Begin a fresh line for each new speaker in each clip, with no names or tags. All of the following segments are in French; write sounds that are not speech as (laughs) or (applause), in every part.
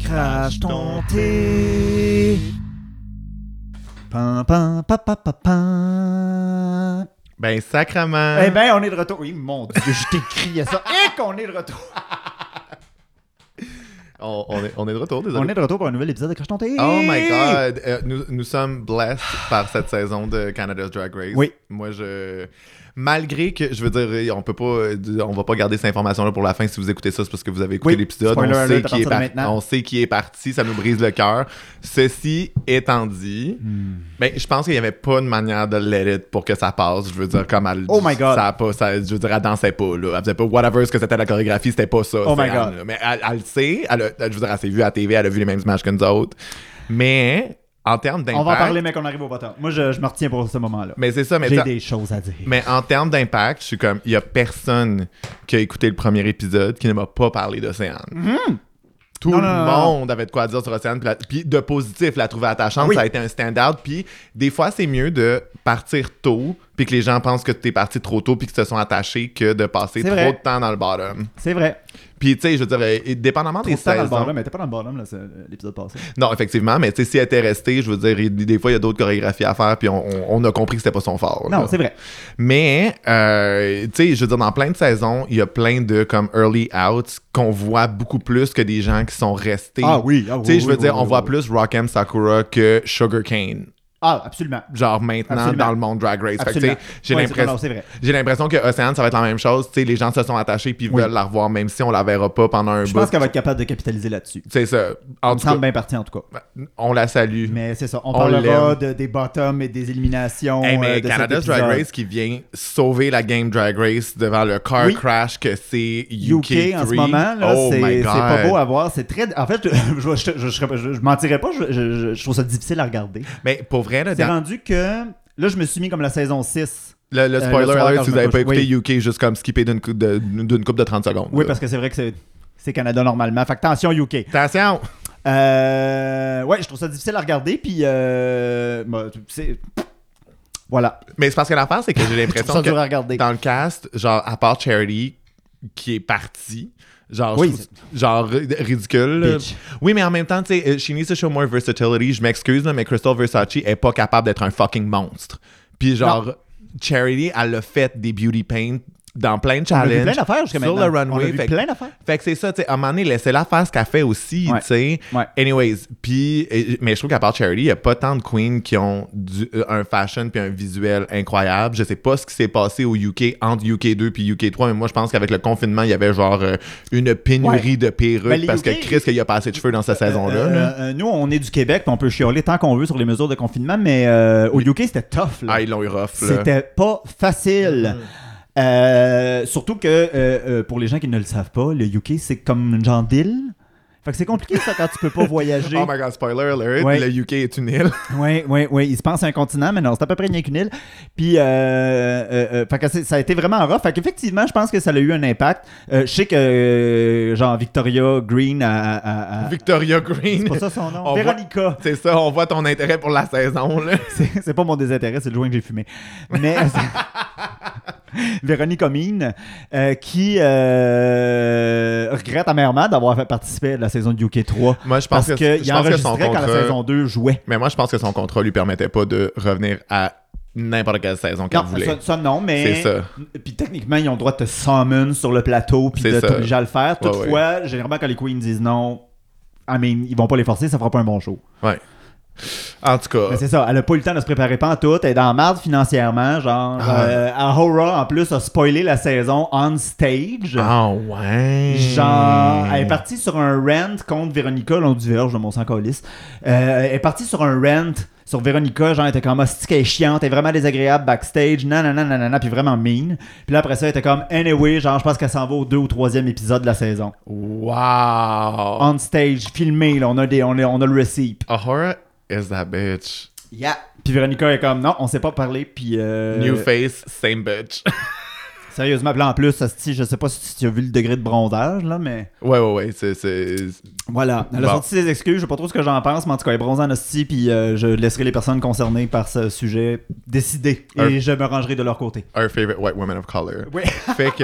voyage tenté. Pin, pin, pa, pa, pa, pin.
Ben, sacrement.
Eh ben, on est de retour. Oui, mon Dieu, je t'écris (laughs) à ça. Et qu'on est de retour.
on, on est, on est de retour, désolé.
On est de retour pour un nouvel épisode de Crash Tenté.
Oh my god! Euh, nous, nous sommes blessed par cette saison de Canada's Drag Race.
Oui.
Moi, je. Malgré que, je veux dire, on peut pas, euh, on va pas garder cette information-là pour la fin si vous écoutez ça, c'est parce que vous avez écouté
Oui.
l'épisode.
Spoiler
On,
alert à
sait qui est
partir de
par-
maintenant.
on sait qui est parti, ça nous brise le cœur. Ceci étant dit,
Hmm.
ben, je pense qu'il y avait pas de manière de let it pour que ça passe. Je veux dire, comme elle.
Oh my God.
Ça a pas, ça, je veux dire, elle dansait pas, là. Elle faisait pas whatever ce que c'était la chorégraphie, c'était pas ça.
Oh
c'est
my God.
Anne, là. Mais elle, elle le sait, elle, a- elle- je veux dire, elle s'est vue à la TV, elle a vu les mêmes images que nous autres. Mais en termes d'impact.
On va en parler, mais qu'on arrive au bottom. Moi, je, je me retiens pour ce moment-là.
Mais c'est ça, mais,
J'ai
ça-
des choses à dire.
mais en termes d'impact, je suis comme, il y a personne qui a écouté le premier épisode qui ne m'a pas parlé d'Océane. Tout
Mhm. Non,
le
non, non, non.
monde avait de quoi dire sur Océane. Puis, la- puis de positif, la trouver attachante,
Oui.
ça a été un stand-out. Puis des fois, c'est mieux de partir tôt, puis que les gens pensent que t'es parti trop tôt, puis qu'ils se sont attachés, que de passer
C'est
trop
vrai.
de temps dans le bottom.
C'est vrai.
Puis, tu sais, je veux dire, euh, et dépendamment
Trop
des
de temps dans le
saisons...
bottom, mais t'es pas dans le bottom, là, c'est, euh, l'épisode passé.
non, effectivement, mais tu sais, si elle était restée, je veux dire, il- des fois, il y a d'autres chorégraphies à faire, puis on, on- on a compris que c'était pas son fort.
Non,
Oh, là.
c'est vrai.
Mais, euh, tu sais, je veux dire, dans plein de saisons, il y a plein de comme early outs qu'on voit beaucoup plus que des gens qui sont restés.
Ah oui, ah oui,
Tu sais, je
oui,
veux
oui,
dire,
oui,
on
oui,
voit
oui.
plus Rock'em Sakura que Sugarcane.
Ah, absolument.
Genre maintenant
Absolument.
dans le monde Drag Race. Fait que, tu
Absolument.
sais, j'ai
Ouais, c'est pas-
l'impression.
non, c'est vrai.
J'ai l'impression que Océane, ça va être la même chose. Tu sais, les gens se sont attachés puis
Oui.
veulent la revoir, même si on la verra pas pendant un
Je
bout.
pense qu'elle va être capable de capitaliser là-dessus.
C'est ça. En
On
tout cas,
semble bien parti, en tout cas.
on la salue.
Mais c'est ça. On,
On
parlera de- des bottoms et des éliminations.
Hey, mais
euh, de cet
Canada's Drag
épisode.
Race qui vient sauver la game Drag Race devant le car
Oui.
crash que c'est
UK
UK,
en ce
3.
moment, là,
Oh
c'est
my
c'est pas
God.
beau à voir. C'est très. En fait, (laughs) je, je, je, je, serais pas- je- je mentirais pas, je, je- je- je trouve ça difficile à regarder.
Mais pour vrai, là,
C'est
dans-
rendu que. Là, je me suis mis comme la saison 6.
le, le
euh,
spoiler
le soir,
alert,
quand je
si vous
me
n'avez pas
couche,
écouté UK, juste comme skipper d'une coupe de, d'une coupe de 30 secondes.
Oui,
là.
parce que c'est vrai que c'est. C'est Canada normalement. Fait que attention, UK.
Attention!
Euh, ouais, je trouve ça difficile à regarder. Puis, euh, bah, tu- c'est- Voilà.
Mais c'est parce que l'affaire,
(laughs)
c'est que j'ai
Je trouve ça
l'impression que
dur à regarder.
dans le cast, genre, à part Charity, qui est partie, genre, je
Oui,
trouve- genre ri- ridicule. là.
Bitch.
Oui, mais en même temps, tu sais, euh, she needs to show more versatility. Je m'excuse, là, mais Crystal Versace est pas capable d'être un fucking monstre. Puis genre, Charity, elle a fait des beauty paint dans plein de
On a vu
challenges.
plein d'affaires jusqu'à
sur
maintenant.
le runway,
On a vu
fait que-
plein d'affaires.
Fait que c'est ça, tu sais, à un moment donné, laissez-la faire ce qu'elle fait aussi,
Ouais.
tu sais.
Ouais.
Anyways, puis, et- mais je trouve qu'à part Charity, il n'y a pas tant de queens qui ont du- euh, un fashion puis un visuel incroyable. Je sais pas ce qui s'est passé au UK entre UK 2 puis UK 3, mais moi, je pense qu'avec le confinement, il y avait genre euh, une pénurie de perruques
Ben, les
parce
UK,
que Chris, qu'il y a passé de cheveux dans cette saison-là.
Euh,
là.
euh, euh, nous, on est du Québec, puis on peut chialer tant qu'on veut sur les mesures de confinement, mais euh, au UK, c'était tough. là.
Ah, ils l'ont eu rough, là.
C'était pas facile. Euh, surtout que, euh, euh, pour les gens qui ne le savent pas, le UK, c'est comme une genre d'île. Fait que c'est compliqué, ça, quand tu peux
(laughs)
pas voyager.
Oh my god, spoiler alert,
Ouais.
le UK est une île. (laughs)
Oui, oui, oui. Il se pense à un continent, mais non, c'est à peu près rien qu'une île. Puis, euh, euh, euh, fait que c'est- ça a été vraiment rough. Fait qu'effectivement, je pense que ça a eu un impact. Euh, je sais que, euh, genre, Victoria Green a. a- a- a-
Victoria Green.
c'est pas ça son nom.
On voit-
Véronica.
C'est ça, on voit ton intérêt pour la saison, là.
(laughs) C'est c'est pas mon désintérêt, c'est le joint que j'ai fumé. Mais (laughs) Véronique Omine, euh, qui euh, regrette amèrement d'avoir fait participer à la saison de UK 3.
Moi, je
Parce
pense que,
qu'il
je pense que son
enregistrait quand la
contrat-
saison 2 jouait.
Mais moi, je pense que son contrat lui permettait pas de revenir à n'importe quelle saison qu'elle
Non,
voulait.
ça, ça, non, mais.
C'est ça.
Puis techniquement, ils ont le droit de te summon sur le plateau puis
C'est
de
ça.
t'obliger à le faire.
Ouais,
Toutefois, généralement, quand les queens disent non, I mean, ils vont pas les forcer, ça fera pas un bon show.
Ouais. En tout cas,
Mais c'est ça, elle a pas eu le temps de se préparer pas en tout, elle est dans la marde financièrement, genre
Ah.
euh, Ahura en plus a spoilé la saison on stage.
ah ouais.
Genre, elle est partie sur un rant contre Véronica, l'on diverge de mon sang calice. Euh, elle est partie sur un rant sur Véronica, genre, elle était comme hostie qu'elle est chiante, elle est vraiment désagréable backstage, nanana, nanana, puis vraiment mean. Puis là, après ça, elle était comme anyway, genre, je pense qu'elle s'en va au deux ou troisième épisode de la saison.
Wow.
On stage, filmé, là, on a, des, on a, on a le receipt.
Ahura is that bitch.
Yeah. Puis Véronica est comme non, on s'est pas parlé, puis. euh,
New face, same bitch. (laughs)
Sérieusement, puis là, en plus, asti, je sais pas si tu as vu le degré de bronzage, là, mais
Ouais, ouais, ouais. c'est- c'est-
voilà. Elle a
Bon.
sorti ses excuses, je sais pas trop ce que j'en pense, mais en tout cas, elle est bronzée en hostie, puis euh, je laisserai les personnes concernées par ce sujet décider, et
Un-
je me rangerai de leur côté.
Our favorite white woman of color.
Oui,
Fait
(laughs)
que,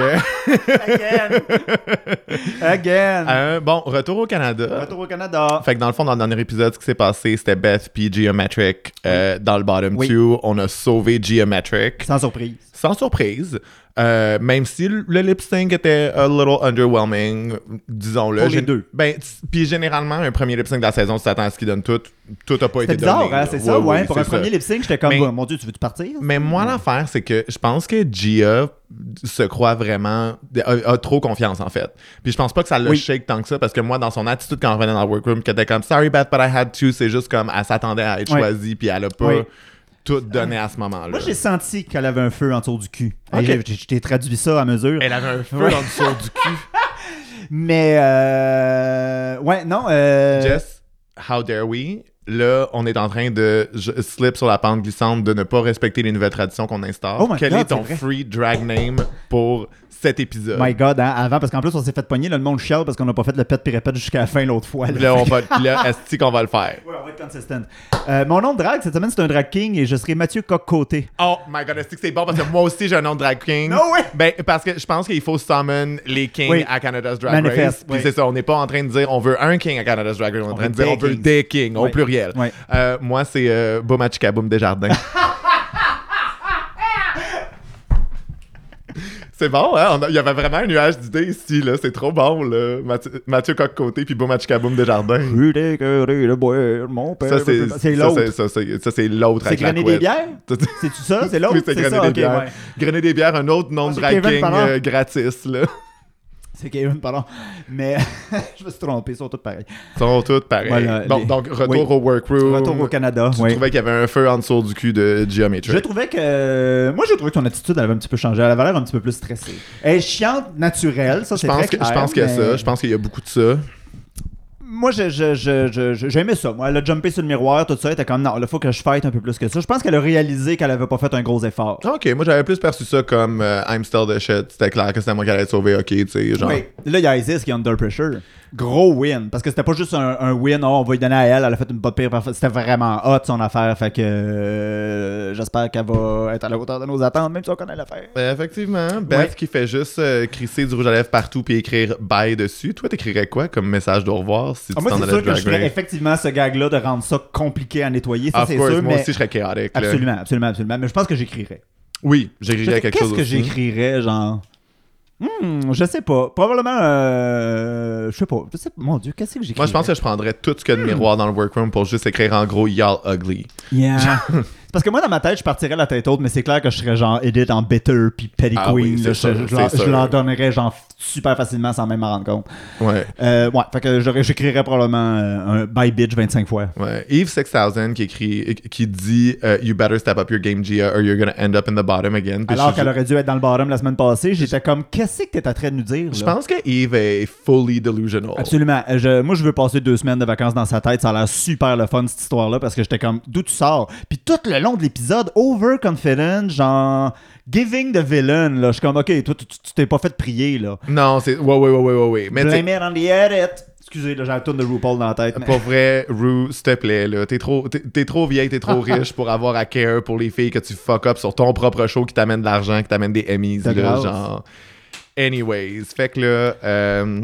again! (laughs) again!
euh, bon, retour au Canada.
Retour au Canada.
Fait que dans le fond, dans le dernier épisode, ce qui s'est passé, c'était Beth puis Geometric euh, dans le bottom
Oui.
two. On a sauvé Geometric.
Sans surprise.
Sans surprise, euh, même si le le lip sync était a little underwhelming, disons-le.
Pour les
Gé-
deux.
Ben, t- puis généralement, un premier lip sync de la saison, tu t'attends à ce qu'il donne tout. Tout a pas été
C'était bizarre,
donné,
hein,
là.
c'est ça, ouais.
oui,
pour
c'est
un
ça.
premier lip sync, j'étais comme,
Mais-
oh, mon Dieu, tu veux-tu partir?
Mais moi, l'affaire, c'est que je pense que Gia se croit vraiment. a, a trop confiance, en fait. Puis je pense pas que ça le
Oui.
shake tant que ça, parce que moi, dans son attitude quand on revenait dans le workroom, qui était comme Sorry, Beth, but I had to, c'est juste comme elle s'attendait à être
Ouais.
choisie, puis elle a pas
Oui.
tout donné à ce moment-là.
Moi, j'ai senti qu'elle avait un feu autour du cul. Et
euh, Ok.
j'ai- j'ai- Je t'ai traduit ça à mesure.
Elle avait un feu
Ouais.
en dessous du cul.
Mais, euh... ouais, non. Euh...
Jess, how dare we? Là, on est en train de je- slip sur la pente glissante de ne pas respecter les nouvelles traditions qu'on instaure.
Oh my
Quel
God,
est ton
c'est vrai.
free drag name pour cet épisode?
My God, hein, avant, parce qu'en plus, on s'est fait pogner, là, le monde chiale parce qu'on n'a pas fait le pet puis répète jusqu'à la fin l'autre fois. là.
Là, on va, là, est-ce qu'on va le faire?
(laughs) Ouais, on va être consistent. Euh, mon nom de drag, cette semaine, c'est un drag king et je serai Mathieu Cocoté.
Oh my god, est-ce que c'est bon parce que moi aussi j'ai un nom de drag king.
Non, ouais.
Ben parce que je pense qu'il faut summon les kings
Oui.
à Canada's Drag
Manifeste,
Race. Puis
oui.
c'est ça, on n'est pas en train de dire on veut un king à Canada's Drag Race, on est en train de
veut
dire on
des
veut
kings.
des kings au
Oui.
pluriel.
Oui.
Euh, moi c'est euh,
(laughs)
Boumachikaboum Desjardins. C'est bon, hein? On a- Il y avait vraiment un nuage d'idées ici, là. C'est trop bon, là. Mathieu, Mathieu Coq-Côté puis Boumachikaboum Desjardins.
Plus d'écœuré de boire, mon père.
Ça, c'est
C'est
ça,
l'autre.
c'est- ça, c'est- ça, c'est l'autre
C'est
avec la
Grené des
couette. (laughs)
bières? C'est-tu ça? C'est l'autre?
Oui, c'est Grenet
ça,
des
ok,
Bières.
ouais. Ah,
Grenet des Bières, un autre nom de
c'est
drag
Kevin
king
Parent.
euh, gratis, là.
C'est Kevin, pardon. Mais (laughs) je me suis trompé, ils sont tous pareils.
Ils sont tous pareils.
Voilà,
donc,
les-
donc, retour
oui.
au workroom.
Retour au Canada.
Oh. Tu
oui.
trouvais qu'il y avait un feu en dessous du cul de
Je
Geometry.
trouvais que. euh, Moi, j'ai trouvé que ton attitude, elle avait un petit peu changé. Elle avait l'air un petit peu plus stressée. Elle est chiante, naturelle, ça,
Je
c'est
pense,
très
que,
clair.
je pense qu'il y a
mais-
ça. Je pense qu'il y a beaucoup de ça.
Moi, je- je- je- je- je- j'aimais ça. Moi, elle a jumpé sur le miroir, tout ça. Elle était comme, non, il faut que je fight un peu plus que ça. Je pense qu'elle a réalisé qu'elle avait pas fait un gros effort.
Ah, Ok, moi j'avais plus perçu ça comme euh, I'm still the shit. C'était clair que c'était moi qui allais être sauvé. Ok, tu sais, genre.
Oui. Là, il y a Isis qui est under pressure. Gros win. Parce que c'était pas juste un, un win, oh, on va lui donner à elle, elle a fait une pas pire. parfa- C'était vraiment hot son affaire. Fait que euh, j'espère qu'elle va être à la hauteur de nos attentes, même si on connaît l'affaire.
Euh, Effectivement, Beth
Oui.
qui fait juste euh, crisser du rouge à lèvres partout puis écrire bye dessus. Toi, t'écrirais quoi comme message d'au revoir si tu
Ah, moi,
t'en
c'est
allais
sûr que
Drag
je ferais
Race?
effectivement ce gag-là de rendre ça compliqué à nettoyer. Ça,
Of
c'est
course,
sûr.
moi
mais...
aussi je serais chaotique. là.
Absolument, absolument, absolument. Mais je pense que j'écrirais.
Oui, j'écrirais quelque
Qu'est-ce
chose
que
aussi.
j'écrirais, genre Hmm, Je sais pas. Probablement. euh, Je sais pas. Je sais pas. Mon Dieu, qu'est-ce que
Moi,
j'écrirais
je pense que je prendrais tout ce qu'il y a
Hmm.
de miroir dans le workroom pour juste écrire en gros Y'all ugly.
Yeah.
(laughs)
c'est parce que moi, dans ma tête, je partirais la tête haute, mais c'est clair que je serais genre Edith en bitter puis Petty
Ah
Queen.
oui, c'est
là.
sûr,
je, je
c'est
leur-
sûr.
je leur donnerais genre super facilement sans même m'en rendre compte.
Ouais.
Euh, ouais, fait que j'aurais- j'écrirais probablement euh, un Bye Bitch 25 fois.
Ouais. Eve 6000 qui écrit, qui dit euh, You better step up your game, Gia, or you're gonna end up in the bottom again. Puis
Alors
je,
qu'elle aurait dû être dans le bottom la semaine passée, j'étais comme Qu'est-ce que t'es en train de nous dire là?
je pense que Eve est fully delusional.
Absolument. Euh, je- moi, je veux passer deux semaines de vacances dans sa tête. Ça a l'air super le fun, cette histoire-là, parce que j'étais comme, d'où tu sors? Puis tout le long de l'épisode, overconfident, genre, giving the villain, là. Je suis comme, OK, toi, tu tu t'es pas fait prier, là.
Non, c'est. Ouais, ouais, ouais, ouais, ouais. ouais. Mais tu sais,
Blame it on the edit. Excusez, là, j'ai la tourne de RuPaul dans la tête. mais-
pour vrai, Rue, s'il te plaît, là, t'es trop, t'es- t'es trop vieille,
(laughs)
t'es trop riche pour avoir à care pour les filles que tu fuck up sur ton propre show qui t'amène de l'argent, qui t'amène des Emmys,
De
là,
grâce.
genre. Anyways, fait que là, euh...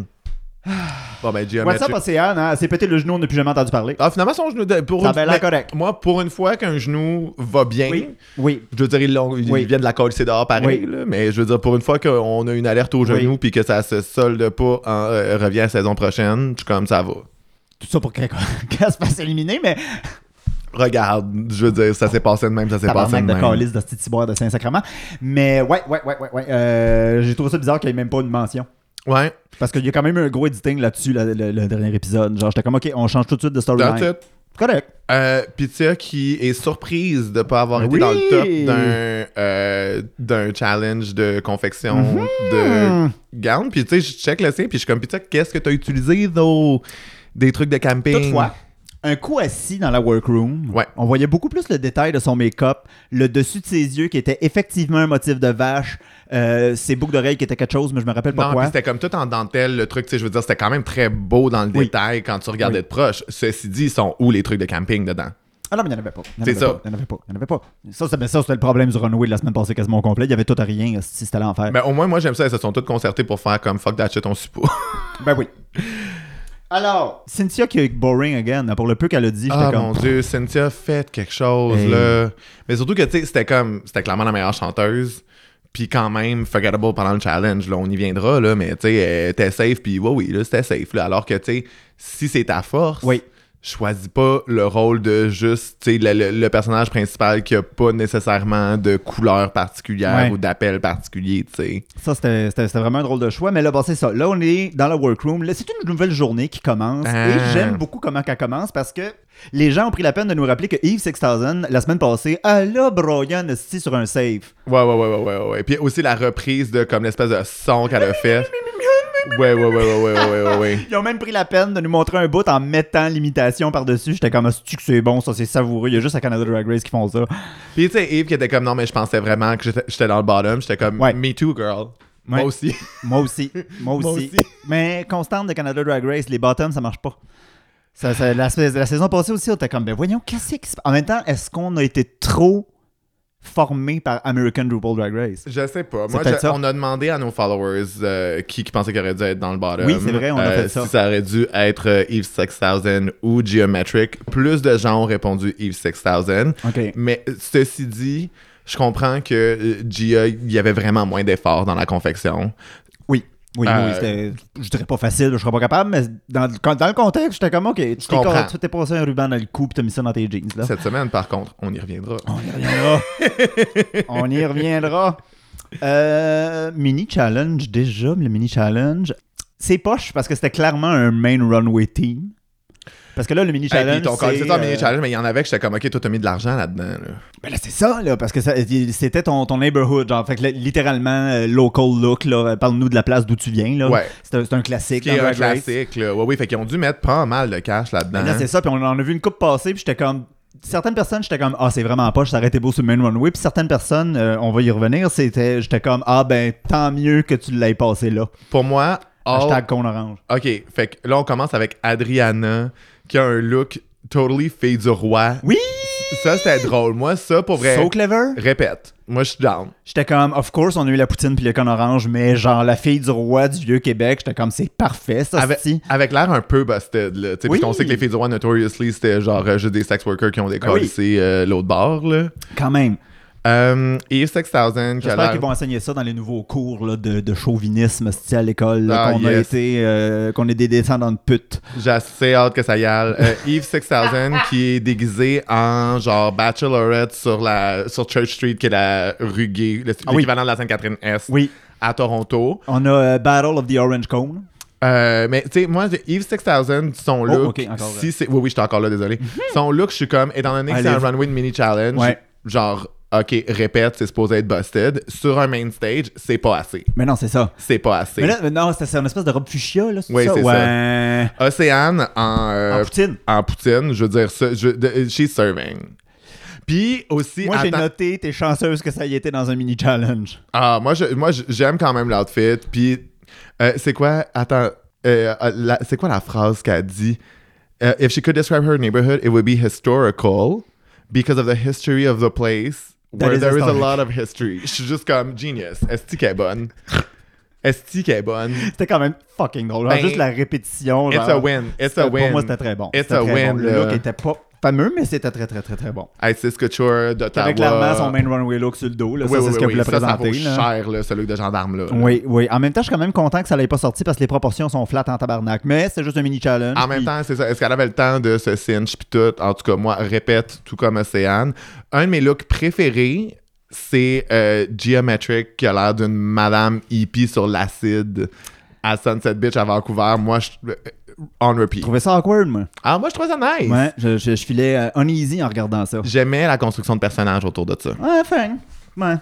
(sighs) bon ben, Gia,
What's up,
Mathieu-
Océane? hein? Elle s'est pété le genou, on n'a plus jamais entendu parler.
Ah, finalement, son genou. de- pour
Ça
une-
avait l'air
mais-
correct.
Moi, pour une fois qu'un genou va bien,
Oui. Oui.
je veux dire, ils, l'ont- ils
Oui.
viennent de la coller dehors pareil,
Oui.
là, mais je veux dire, pour une fois qu'on a une alerte au genou puis que ça se solde pas, en, euh, revient la saison prochaine, je suis comme ça va.
Tout ça pour (laughs) qu'elle qu'elle se fasse éliminer, mais
Regarde, je veux dire, ça s'est passé de même, ça s'est passé de
Tabarnak de
même.
calice de Stitiboire de Saint-Sacrement. Mais ouais, ouais, ouais, ouais, ouais. Euh, j'ai trouvé ça bizarre qu'il n'y ait même pas une mention.
Ouais,
Parce qu'il y a quand même eu un gros editing là-dessus, la- le, le dernier épisode. Genre, j'étais comme, OK, on change tout de suite de
that's
storyline.
it.
Correct.
Euh, Pitya qui est surprise de pas avoir été
Oui.
dans le top d'un euh, d'un challenge de confection
Mhm. Euh,
de gown. Puis tu sais, je check le sien, puis je suis comme Pitya, qu'est-ce que t'as utilisé, though? Des trucs de camping.
Toutefois, un coup assis dans la workroom,
Ouais.
on voyait beaucoup plus le détail de son make-up, le dessus de ses yeux qui était effectivement un motif de vache, euh, ses boucles d'oreilles qui étaient quelque chose, mais je me rappelle pas
Non, puis
quoi.
c'était comme tout en dentelle, le truc, tu sais, je veux dire, c'était quand même très beau dans le
Oui.
détail quand tu regardais
Oui.
de proche. Ceci dit, ils sont où les trucs de camping dedans?
Ah non, mais il n'y en avait pas. Il y en
C'est
avait
ça.
pas, Il n'y en avait pas. Il y en avait pas. Ça, ça, ben ça, c'était le problème du runway de la semaine passée quasiment au complet. Il y avait tout à rien si c'était l'enfer.
Mais au moins, moi, j'aime ça, ils se sont tous concertés pour faire comme fuck that shit, on suppose.
Ben oui. Alors, Cynthia qui est boring again, pour le peu qu'elle a dit, (laughs) j'étais
Ah
comme.
mon dieu, Cynthia, faites quelque chose,
Hey.
là. Mais surtout que, tu sais, c'était comme, c'était clairement la meilleure chanteuse. Puis quand même, forgettable pendant le challenge, là, on y viendra, là, mais tu sais, elle était safe, puis ouais, oui, là, c'était safe, là. Alors que, tu sais, si c'est ta force,
Oui.
choisis pas le rôle de juste, tu sais, le, le- le personnage principal qui a pas nécessairement de couleur particulière
Ouais.
ou d'appel particulier, tu sais.
Ça, c'était c'était- c'était vraiment un drôle de choix. Mais là, bon, c'est ça. Là, on est dans la workroom. Là, C'est une nouvelle journée qui commence. Et
Ah.
j'aime beaucoup comment qu'elle commence parce que les gens ont pris la peine de nous rappeler que Yves 6000, la semaine passée, elle a broyé un esti sur un safe.
Ouais, ouais, ouais, ouais, ouais, ouais. Puis aussi la reprise de, comme, l'espèce de son qu'elle a fait. Ouais, ouais, ouais, ouais, ouais, ouais, ouais, ouais.
Ils ont même pris la peine de nous montrer un bout en mettant l'imitation par-dessus. J'étais comme, tu que c'est bon, ça, c'est savoureux. Il y a juste à Canada Drag Race qui font ça.
Puis tu sais, Yves qui était comme non, mais je pensais vraiment que j'étais- j'étais dans le bottom. J'étais comme
Ouais.
me too, girl. Moi
Ouais.
aussi.
Moi
(laughs)
aussi. Moi aussi.
Moi aussi.
Mais Constante de Canada Drag Race, les bottoms, ça marche pas. Ça, ça- la, sais- la saison passée aussi, on était comme, ben voyons, qu'est-ce qui se passe? En même temps, est-ce qu'on a été trop formé par American RuPaul Drag Race?
je sais pas.
C'est
Moi,
peut-être
je-
ça.
on a demandé à nos followers euh, qui, qui pensaient qu'il aurait dû être dans le bottom.
Oui, c'est vrai, on a
euh,
fait ça.
Si ça aurait dû être euh, Yves 6000 ou Geometric. Plus de gens ont répondu Yves 6000.
OK.
Mais ceci dit, je comprends que euh, Gia, il y avait vraiment moins d'efforts dans la confection.
Oui. Oui,
Euh,
oui, c'était, je dirais pas facile, je serais pas capable, mais dans, le- dans le contexte, j'étais comme, OK, tu t'es,
comprends.
cor- tu t'es passé un ruban dans le cou pis t'as mis ça dans tes jeans, là.
Cette semaine, par contre, on y reviendra.
On y reviendra. (laughs) On y reviendra. Euh, mini challenge déjà, le mini challenge. C'est poche parce que c'était clairement un main runway team. Parce que là, le mini
Hey,
challenge.
Eh, puis ton
c'est,
c'est
euh,
un mini challenge, mais il y en avait que j'étais comme, ok, toi, t'as mis de l'argent là-dedans. là.
ben là, c'est ça, là, parce que ça- c'était ton, ton neighborhood, genre. Fait que là, littéralement, euh, local look, là, parle-nous de la place d'où tu viens, là.
Ouais.
C'est un, c'est un classique,
Qui est
là,
un
Drag Race.
classique, là. Ouais, oui, fait qu'ils ont dû mettre pas mal de cash là-dedans.
Mais Ben Là, c'est ça, puis on en a vu une coupe passer, puis j'étais comme. Certaines personnes, j'étais comme, ah, c'est vraiment poche, ça aurait été beau sur le main runway. Puis certaines personnes, euh, on va y revenir, c'était, j'étais comme, ah, ben, tant mieux que tu l'aies passé là.
Pour moi, all-
Hashtag con orange.
OK, fait que là, on commence avec Adriana, qui a un look totally fille du roi.
Oui!
Ça, c'était drôle. Moi, ça, pour vrai,
So clever.
répète. Moi, je suis down.
J'étais comme, of course, on a eu la poutine puis le con orange, mais genre, la fille du roi du vieux Québec, j'étais comme, c'est parfait, ça,
Avec,
c'est-tu.
avec l'air un peu busted, là. tu sais,
Oui.
Parce qu'on sait que les filles du roi, notoriously, c'était genre euh, juste des sex workers qui ont des
Ben oui.
c'est l'autre bord, là.
Quand même.
Euh, Yves 6000, qui a
J'espère
l'air...
qu'ils vont enseigner ça dans les nouveaux cours là, de, de chauvinisme, c'est-tu, à l'école, là,
Ah,
qu'on a
yes.
été, euh, qu'on est des descendants de putes.
J'ai assez hâte que ça y aille. Euh, Yves 6000 qui est déguisé en genre bachelorette sur la sur Church Street qui est la rue gay, le-
Ah oui.
l'équivalent de la Sainte-Catherine-Est
Oui.
à Toronto.
On a euh, Battle of the Orange Cone.
Euh, mais tu sais moi j'ai- Yves 6000 son look
Oh, ok, encore là.
si c'est oui oui, j'étais encore là désolé. Son look, je suis comme étant donné que c'est un
Allez.
runway de mini challenge,
Ouais.
genre OK, répète, c'est supposé être busted sur un main stage, c'est pas assez.
Mais non, c'est ça.
C'est pas assez.
Mais là, mais non, c'est c'est une espèce de robe fuchsia, là, c'est
Oui,
ça?
c'est ça.
ouais.
Océane en, euh,
En poutine.
en poutine, je veux dire, ça, je, de- she's serving. Puis aussi,
Moi, j'ai
attends-
noté, t'es chanceuse que ça y était dans un mini-challenge.
ah, moi, je, moi, je- j'aime quand même l'outfit. Puis euh, c'est quoi, attends, euh, euh, la- c'est quoi la phrase qu'elle dit? Euh, if she could describe her neighborhood, it would be historical because of the history of the place
That
where
is
there is a
historic.
lot of history. Je suis juste comme genius. Est-ce qu'elle est bonne? Est-ce qu'elle est bonne?
(laughs) C'était quand même fucking drôle. Genre,
Ben,
juste la répétition.
It's
genre,
a win. It's a
Pour
win.
moi, c'était très bon.
It's
C'était
a
très
win,
bon. Le
là.
look était pas fameux, mais c'était très, très, très, très bon.
Isis Couture, d'Ottawa.
Avec clairement son main runway look sur le dos. Là,
Oui,
ça, c'est
oui,
ce que
oui,
vous
ça, ça vaut
présenter. là.
cher, là, ce look de gendarme-là. là.
Oui, oui. En même temps, je suis quand même content que ça l'ait pas sorti parce que les proportions sont flattes en tabarnak. Mais c'est juste un mini-challenge.
En même
puis-
temps, c'est ça. Est-ce qu'elle avait le temps de se cinch puis tout? En tout cas, moi, répète, tout comme Océane. Un de mes looks préférés, c'est euh, Geometric qui a l'air d'une madame hippie sur l'acide à Sunset Beach à Vancouver. Moi, je... euh, on repeat.
Je trouvais ça awkward, moi.
Ah, moi, je trouvais ça nice.
Ouais, je, je, je filais euh, uneasy en regardant ça.
J'aimais la construction de personnages autour de ça.
Ouais, fin. Ouais.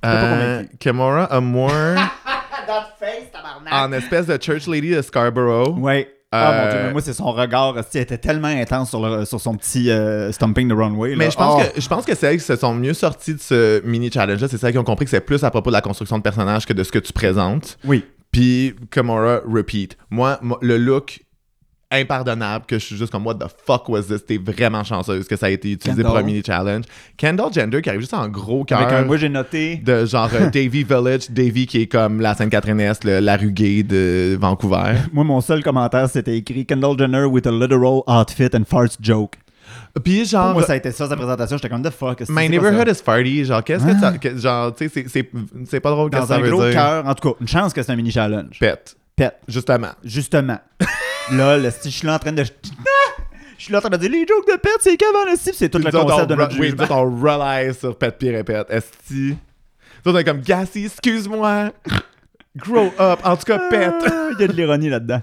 pas
Euh,
convaincu.
Kimora Amour
(laughs) That face, tabarnak.
en espèce de church lady de Scarborough.
Ouais. Ah mon dieu,
Euh,
mais moi c'est son regard, hostie, elle était tellement intense sur, le- sur son petit euh, stumping de runway. là.
Mais je pense,
Oh.
que, je pense que celles qui se sont mieux sorties de ce mini-challenge-là, c'est celles qui ont compris que c'est plus à propos de la construction de personnages que de ce que tu présentes.
Oui.
Puis, Kamora, repeat. Moi, mo- le look impardonnable, que je suis juste comme, what the fuck was this? T'es vraiment chanceuse que ça a été utilisé pour un
Kendall.
mini-challenge. Kendall Gender qui arrive juste en gros cœur.
Avec un, moi j'ai noté.
de genre euh, Davy Village, Davy qui est comme la Sainte-Catherine-Est, le- la ruguée de Vancouver.
Moi mon seul commentaire c'était écrit Kendall Jenner with a literal outfit and farts joke.
Puis genre,
Pour moi ça a été ça sa présentation, j'étais comme the fuck. hostie,
Ah, My
c'est quoi
neighborhood
ça?
is farty, genre qu'est-ce que ça, que- genre tu sais c'est- c'est c'est pas drôle qu'est-ce que
dans
ça
un
veut
gros
dire.
cœur, en tout cas, une chance que c'est un mini challenge.
Pète,
Pète.
justement. (laughs)
Justement. là, le style, je suis là en train de. Ah! Je suis là en train de dire les jokes de pète, c'est qu'avant le style, c'est tout le
Nous autres, on
concept de
re-
notre
oui,
jugement.
nous autres, on rely sur pète pis répète. Esti. Nous autres, on est comme Gassy, excuse-moi. Grow up. En tout cas, pète.
Ah, Il y a de l'ironie là-dedans.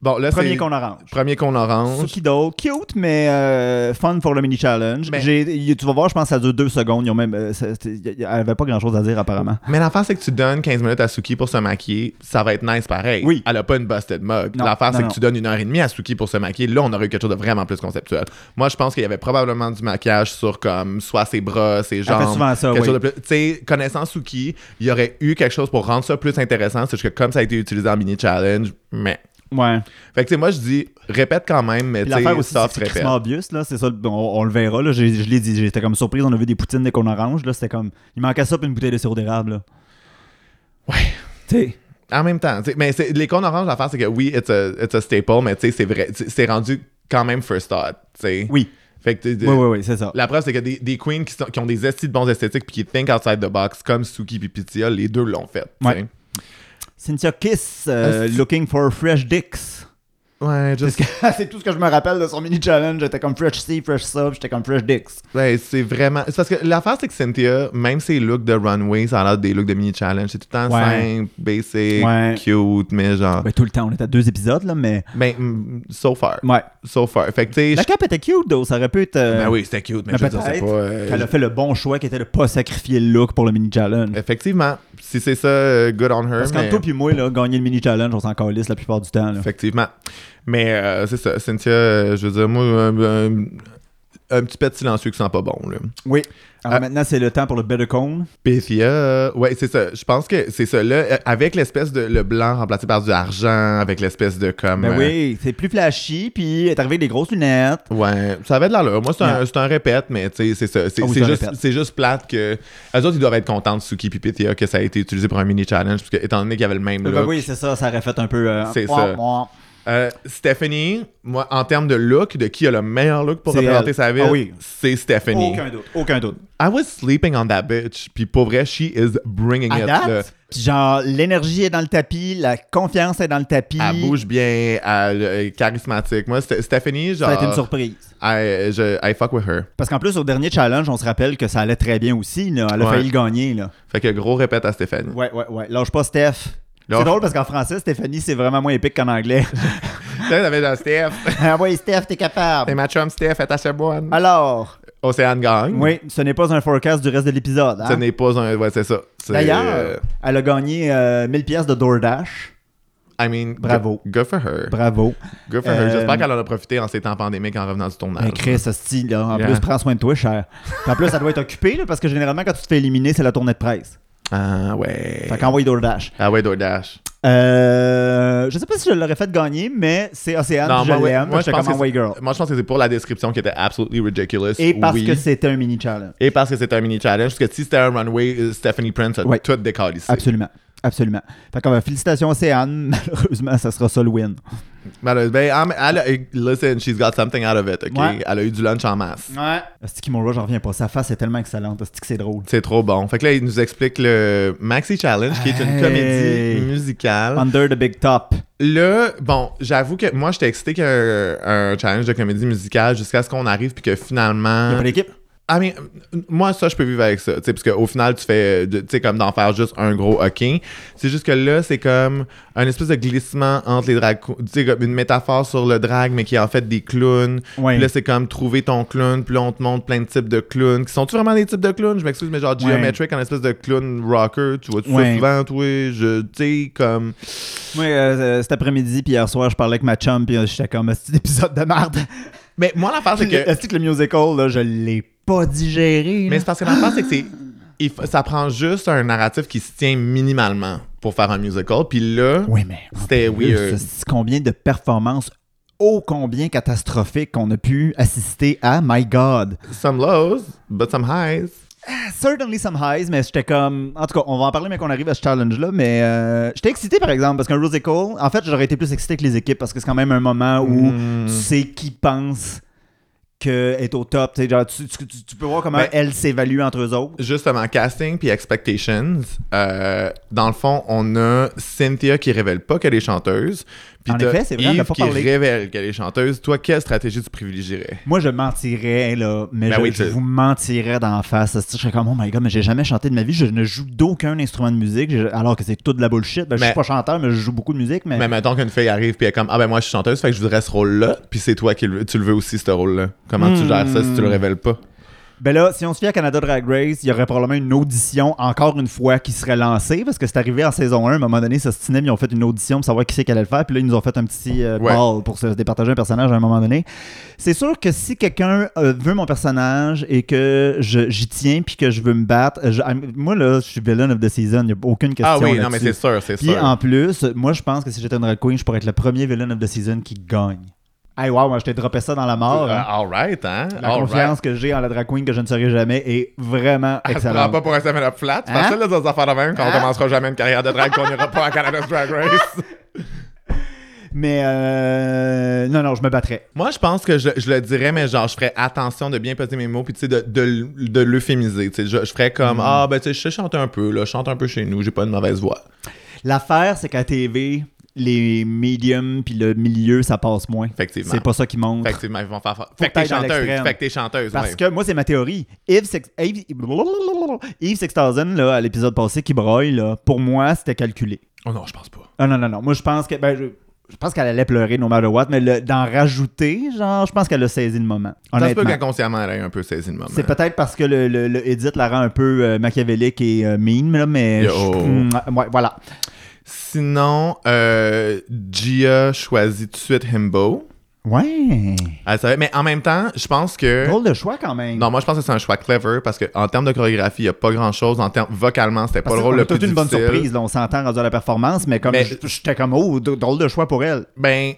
Bon, là, c'est.
Premier qu'on orange.
Premier qu'on orange.
Sukido, cute, mais euh, fun pour le mini challenge.
Mais-
J'ai- y- Tu vas voir, je pense que ça dure deux secondes. Ils ont même, euh, ça- c'était- y- y- elle avait pas grand chose à dire apparemment.
Mais l'affaire, c'est que tu donnes 15 minutes à Suki pour se maquiller, ça va être nice pareil.
Oui.
Elle a pas une busted mug.
Non,
L'affaire,
non,
c'est
non.
que tu donnes une heure et demie à Suki pour se maquiller. Là, on aurait eu quelque chose de vraiment plus conceptuel. Moi, je pense qu'il y avait probablement du maquillage sur comme soit ses bras,
fait
ses jambes.
souvent ça,
quelque
oui.
chose de plus. Tu sais, connaissant Suki, il y aurait eu quelque chose pour rendre ça plus intéressant. C'est juste que comme ça a été utilisé en mini challenge, mais.
Ouais.
Fait que tu sais, moi, je dis répète quand même, mais
Puis
tu sais,
l'affaire aussi, c'est
soft
c'est
répète.
Chris Morbius, là, c'est ça, on, on le verra, là, j'ai- je l'ai dit, j'étais comme surprise, on a vu des poutines dès qu'on orange, là, c'était comme, il manquait ça puis une bouteille de sirop d'érable, là.
Ouais.
Tu sais,
En même temps, tu sais, mais c'est- les cons oranges, l'affaire, c'est que oui, it's a, it's a staple, mais tu sais, c'est vrai, tu- c'est rendu quand même first thought, tu sais.
oui,
Fait que, tu- tu-
oui, oui, oui, c'est ça.
La preuve, c'est que des, des queens qui, sont- qui ont des estis de bons esthétiques puis qui think outside the box, comme Suki puis Pitya, les deux l'ont fait. tu
Ouais.
sais.
Cynthia Kiss, euh,
Est-ce-
looking for fresh dicks.
Ouais,
C'est ce
juste.
que- (laughs) c'est tout ce que je me rappelle de son mini-challenge, j'étais comme fresh C, fresh ça, puis j'étais comme fresh dicks.
Ouais, c'est vraiment. C'est parce que l'affaire, c'est que Cynthia, même ses looks de runway, ça a l'air des looks de mini-challenge. C'est tout le temps
Ouais.
simple, basic,
Ouais.
cute, mais genre.
Ben, tout le temps, on était à deux épisodes, là, mais...
Ben, mm, so far.
Ouais.
So far. Fait que, tu sais.
La
je-
cape était cute, though. Ça aurait pu être. euh,
Ben oui, c'était cute, mais,
mais
je veux dire, c'est
peut-être
pas. euh,
qu'elle a fait le bon choix qui était de pas sacrifier le look pour le mini-challenge.
Effectivement. Si c'est ça, euh, good on her.
Parce qu'entre
mais-
toi puis moi, là, gagner le mini-challenge, on s'en calisse la plupart du temps. là.
(laughs) Effectivement. Mais euh, c'est ça, Cynthia, euh, je veux dire, moi, un, un- un petit pet silencieux qui sent pas bon. Là.
Oui. Alors
Ah.
maintenant, c'est le temps pour le better cone.
Pithia, euh, ouais, c'est ça. Je pense que c'est ça. Là, euh, avec l'espèce de le blanc remplacé par du argent, avec l'espèce de comme.
Ben
euh,
oui, c'est plus flashy, puis elle est arrivée avec des grosses lunettes.
Ouais, ça avait de l'allure. Moi, c'est un,
Ouais.
c'est un répète, mais tu sais, c'est ça. C'est
Ah oui,
c'est
c'est un
juste,
répète.
c'est juste plate que. Eux autres, ils doivent être contents de Suki et Pithia que ça a été utilisé pour un mini-challenge, parce que, étant donné qu'il y avait le même
Ben
look.
oui, c'est ça, ça aurait fait un peu. euh,
C'est
mouah,
ça.
mouah.
Euh, Stephanie, moi, en termes de look, de qui a le meilleur look pour
C'est
représenter
elle.
sa ville,
Ah oui.
c'est Stephanie.
Aucun doute, aucun doute.
I was sleeping on that bitch. Puis pour vrai, she is bringing
À
it. là.
date, puis genre, l'énergie est dans le tapis, la confiance est dans le tapis.
Elle Ah, bouge bien, elle est charismatique. Moi, St- Stephanie, genre.
Ça a été une surprise.
I, je- I fuck with her.
Parce qu'en plus, au dernier challenge, on se rappelle que ça allait très bien aussi. Là. Elle a
Ouais.
failli le gagner. Là.
Fait que gros répète à Stéphanie.
Ouais, ouais, ouais. Lâche pas Steph.
Lâche-
C'est drôle parce qu'en français, Stéphanie, c'est vraiment moins épique qu'en
(laughs)
anglais.
Là, t'avais dans Steph.
(laughs) ah oui, Steph, t'es
T'es
capable.
ma chum, Steph, attache-moi.
Alors,
Océane gagne.
Ah. oui, ce n'est pas un forecast du reste de l'épisode. hein.
Ce n'est pas un. Ouais, c'est ça. C'est,
D'ailleurs,
euh,
elle a gagné euh, 1000 pièces de DoorDash.
I mean,
bravo.
Good, good for her.
Bravo.
Good for her.
Euh,
J'espère qu'elle en a profité en ces temps pandémiques en revenant du tournage.
Mais Chris, ce style, là, en
Ah, Yeah.
plus, prends soin de toi, cher. Puis en plus, elle doit être occupée là, parce que généralement, quand tu te fais éliminer, c'est la tournée de presse.
Ah ouais.
Fait qu'envoie DoorDash.
Ah ouais, DoorDash.
Euh, je sais pas si je l'aurais fait gagner, mais c'est Océane, puis je
ouais,
l'aime. Moi, je
pense
comme
que
Away
c'est-
Girl.
moi, je pense que c'est pour la description qui était absolutely ridiculous.
Et parce
oui.
que c'était un mini challenge.
Et parce que c'est un mini challenge, parce que si c'était un runway, euh, Stephanie Prince a
Ouais.
tout décalissé.
Absolument. Absolument. Fait qu'on va félicitations Océane. (laughs) Malheureusement, ça sera ça le win.
Malheureusement, ben, elle a- eh, listen, she's got something out of it, ok?
Ouais.
Elle a eu du lunch en masse.
Ouais. Kimura, j'en reviens pas. Sa face est tellement excellente. Asti que c'est drôle.
C'est trop bon. Fait que là, il nous explique le Maxi Challenge, qui est une
Hey.
comédie musicale.
Under the big top.
Là, bon, j'avoue que moi, j'étais excité qu'un un challenge de comédie musicale jusqu'à ce qu'on arrive puis que
Il y a
finalement.
pas d'équipe.
I mean, moi, ça, je peux vivre avec ça. tu sais, Parce qu'au final, tu fais, de- tu sais, comme d'en faire juste un gros ok. C'est juste que là, c'est comme un espèce de glissement entre les drag queens. Tu sais, comme une métaphore sur le drag, mais qui est en fait des clowns.
Ouais.
Puis là, c'est comme trouver ton clown. Puis là, on te montre plein de types de clowns. Qui sont-tu vraiment des types de clowns? Je m'excuse, mais genre
Ouais.
Geometric, en espèce de clown rocker. Tu vois, tu
Ouais.
souvent, toi, je, tu sais, comme.
Moi, euh, cet après-midi, puis hier soir, je parlais avec ma chum, puis euh, j'étais comme, (laughs) c'est un épisode de merde.
Mais moi, l'affaire, c'est que.
Est-ce que le musical, là, je l'ai pas digéré?
Mais
là.
c'est parce que l'affaire, c'est que c'est. il fa- ça prend juste un narratif qui se tient minimalement pour faire un musical. Puis là,
Oui, mais. en
C'était
plus,
weird.
c'est Combien de performances ô combien catastrophiques qu'on a pu assister à, my God.
some lows, but some highs.
Certainly some highs, mais j'étais comme. En tout cas, on va en parler, mais qu'on arrive à ce challenge-là. Mais euh, j'étais excité, par exemple, parce qu'un Rosicle, en fait, j'aurais été plus excité que les équipes, parce que c'est quand même un moment où
Mm.
tu sais qui pense que est au top. Tu sais, genre, tu, tu- tu- tu peux voir comment
Ben-
elles s'évaluent entre eux autres.
Justement, casting puis expectations. euh, dans le fond, on a Cynthia qui révèle pas qu'elle est chanteuse. Puis
En
t'as
effet, c'est vrai, elle
Yves
n'a pas
qui
parlé.
révèle qu'elle est chanteuse. Toi, quelle stratégie tu privilégierais?
Moi, je mentirais, là, mais
Ben
je,
oui,
je
tu-
vous mentirais d'en face. Je serais comme, oh my god, mais j'ai jamais chanté de ma vie, je ne joue d'aucun instrument de musique, je- alors que c'est tout de la bullshit. Ben, je suis
Mais-
pas chanteur, mais je joue beaucoup de musique, mais.
Mais mettons qu'une fille arrive puis elle est comme Ah ben moi je suis chanteuse, fait que je voudrais ce rôle-là. Puis c'est toi qui le, tu le veux aussi, ce rôle-là. Comment tu gères ça si
Hmm.
tu le révèles pas?
Ben là, si on se fie à Canada Drag Race, il y aurait probablement une audition, encore une fois, qui serait lancée, parce que c'est arrivé en saison 1, à un moment donné, ça se tinait, ils ont fait une audition pour savoir qui c'est qu'elle allait le faire, puis là, ils nous ont fait un petit euh,
Ouais.
call pour se départager un personnage à un moment donné. C'est sûr que si quelqu'un euh, veut mon personnage et que je- j'y tiens, puis que je veux me battre, euh, je- I'm- moi, là, je suis villain of the season, il n'y a aucune question
ah oui, non mais
là-dessus.
c'est sûr, c'est
Puis
sûr.
en plus, moi, je pense que si j'étais une drag queen, je pourrais être le premier villain of the season qui gagne. Hey, wow, moi, je t'ai droppé ça dans la mort. hein.
Euh, all right, hein?
La
All right. Ah,
confiance que j'ai en la drag queen que je ne serai jamais est vraiment
Elle se prend
excellente.
pas pour un 7-up flat. C'est
Hein?
facile de dire des affaires de même qu'on
Hein?
commencera jamais une carrière de drag, qu'on ira pas à Canada's (laughs) Drag Race.
Mais euh, non, non, je me battrais.
Moi, je pense que je, je le dirais, mais genre, je ferais attention de bien poser mes mots, puis tu sais, de, de, l- de l'euphémiser. Tu sais, je, je ferais comme, ah, ben, tu sais, je chante un peu, là, je chante un peu chez nous, j'ai pas une mauvaise voix.
L'affaire, c'est qu'à TV, les médiums puis le milieu, ça passe moins.
Effectivement.
C'est pas ça qui monte.
Effectivement, ils vont faire. faire- Fait que
t'ailles
t'es
dans
chanteuse.
l'extrême.
Fait que t'es chanteuse.
Parce
ouais.
que moi, c'est ma théorie. Yves, Six... Yves... Yves 6000, là, à l'épisode passé, qui broille, là, pour moi, c'était calculé.
Oh non, je pense pas.
Ah non, non, non. Moi, je pense que. ben, je... je pense qu'elle allait pleurer no matter what, mais le- d'en rajouter, genre, je pense qu'elle a saisi le moment.
Ça se peut
honnêtement.
qu'inconsciemment, elle ait un peu saisi le moment.
C'est peut-être parce que le, le, le edit la rend un peu euh, machiavélique et euh, mean, là, mais.
Yo.
je- Mm, ouais, voilà.
Sinon, euh, Gia choisit tout de suite Himbo.
Ouais.
Elle savait, mais en même temps, je pense que.
Drôle de choix quand même.
Non, moi je pense que c'est un choix clever parce que en termes de chorégraphie, il n'y a pas grand chose. En termes vocalement, c'était pas
Parce
le
que
rôle
on
le
a
plus
toute
difficile.
une bonne surprise, là, on s'entend rendu à la performance, mais comme
Mais-
j- j'étais comme oh, d- drôle de choix pour elle.
Ben,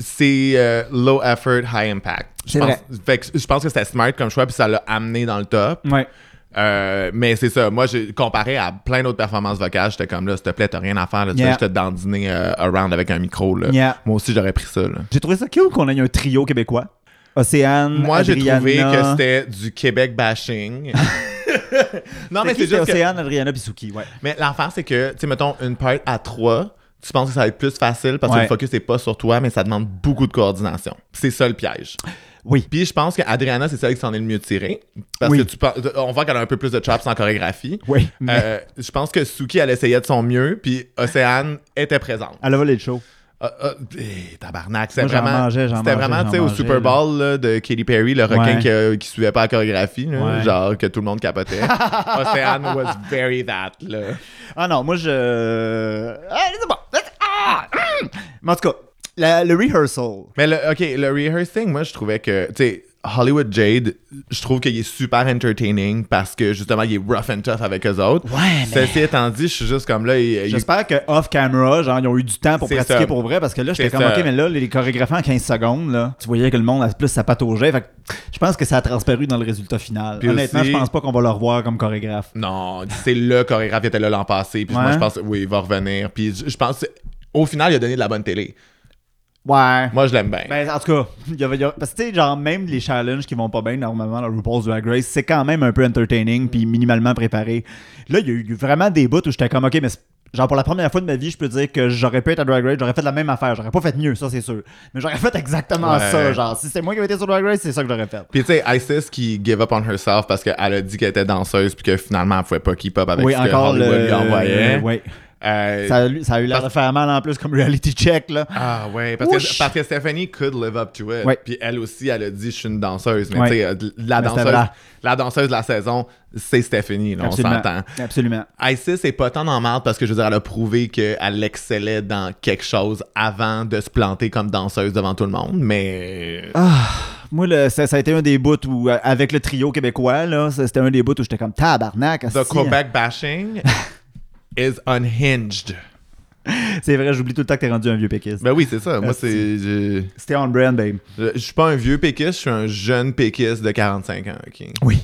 c'est euh, low effort, high impact. Je
C'est
pense,
vrai.
Fait que je pense que c'était smart comme choix puis ça l'a amené dans le top.
Ouais.
Euh, mais c'est ça. Moi, j'ai- comparé à plein d'autres performances vocales, j'étais comme là, s'il te plaît, t'as rien à faire. Là, tu
Yeah.
sais, je te dandiner euh, around avec un micro. Là.
Yeah.
Moi aussi, j'aurais pris ça. Là.
J'ai trouvé ça cool qu'on ait un trio québécois. Océane,
Moi, j'ai
Adriana.
trouvé que c'était du
(laughs)
Québec bashing. non, mais
C'était qui?
c'est juste
C'était
que-
Océane, Adriana, Pisuki, ouais.
Mais l'affaire, c'est que, tu sais, mettons, une part à trois, tu penses que ça va être plus facile parce que
Ouais.
le focus n'est pas sur toi, mais ça demande beaucoup de coordination. C'est ça le piège.
Oui.
Puis je pense qu'Adriana, c'est celle qui s'en est le mieux tirée. Parce
Oui.
que tu penses- on voit qu'elle a un peu plus de chops en chorégraphie.
Oui. mais
Euh, je pense que Suki, elle essayait de son mieux, puis Océane était présente.
Elle a volé le show.
Ah, ah, eh, tabarnak, c'était
Moi, j'en
vraiment.
mangeais, j'en
C'était
mangeais,
vraiment,
j'en
tu sais, au
mangeais, là.
Super Bowl là, de Katy Perry, le requin
Ouais.
qui, euh, qui suivait pas la chorégraphie, là,
Ouais.
genre que tout le
(laughs)
monde capotait. Océane was very that, là.
Ah non, moi je. Ah, c'est bon. Ah! Hum! Mais en tout cas, la- le rehearsal.
Mais le, OK, le rehearsing, moi, je trouvais que, tu sais, Hollywood Jade, je trouve qu'il est super entertaining parce que, justement, il est rough and tough avec eux autres.
Ouais, mais-
Ceci étant dit, je suis juste comme là, il- il-
J'espère que off-camera, genre, ils ont eu du temps pour
C'est
pratiquer
ça.
pour vrai, parce que là, j'étais
C'est
comme,
ça.
ok, mais là, les chorégraphes en 15 secondes, là, tu voyais que le monde a plus sa patte au jet. Fait que je pense que ça a transparu dans le résultat final.
Puis
Honnêtement,
aussi-
je pense pas qu'on va le revoir comme chorégraphe.
Non, c'est le chorégraphe qui était là l'an passé. Puis moi,
Ouais.
je pense, oui, il va revenir. Puis je- je pense, au final, il a donné de la bonne télé.
Ouais.
Moi, je l'aime bien.
Ben, en tout cas, (laughs) il y avait- il y a- parce que, tu sais, genre, même les challenges qui vont pas bien, normalement, dans RuPaul's Drag Race,
Mm.
c'est quand même un peu entertaining, puis minimalement préparé. Là, il y a eu vraiment des bouts où j'étais comme, OK, mais c'est- Genre, pour la première fois de ma vie, je peux dire que j'aurais pu être à Drag Race, j'aurais fait la même affaire. J'aurais pas fait mieux, ça, c'est sûr. Mais j'aurais fait exactement
Ouais.
ça. Genre, si c'était moi qui avais été sur Drag Race, c'est ça que j'aurais fait.
Puis tu sais, Isis qui give up on herself parce qu'elle a dit qu'elle était danseuse puis que finalement elle pouvait pas keep up avec
oui,
ce que
encore
Hollywood
le.
lui envoyait.
Ouais.
Euh,
Ça, a, lu- ça a eu l'air de faire mal en plus comme reality check, là.
Ah ouais, parce
Ouch.
que, parce que Stephanie could live up to it.
Ouais.
Puis elle aussi, elle a dit je suis une danseuse, mais
Ouais.
tu sais, euh, de- la
Mais c'était
danseuse,
vrai.
la danseuse de la saison, c'est Stephanie, là, on
Absolument.
s'entend.
Absolument.
Isis est pas tant en marde parce que je veux dire, elle a prouvé qu'elle excellait dans quelque chose avant de se planter comme danseuse devant tout le monde, mais
Ah, Moi, le- ça, ça a été un des bouts où, euh, avec le trio québécois, là, ça, c'était un des bouts où j'étais comme tabarnak.
the
asti.
Quebec
(laughs)
bashing is unhinged.
hein. C'est vrai, j'oublie tout le temps que t'es rendu un vieux péquiste.
Ben oui, c'est ça. Moi,
Asti.
c'est. Je,
C'était on brand, babe.
je- je suis pas un vieux péquiste, je suis un jeune péquiste de 45 ans, ok?
Oui.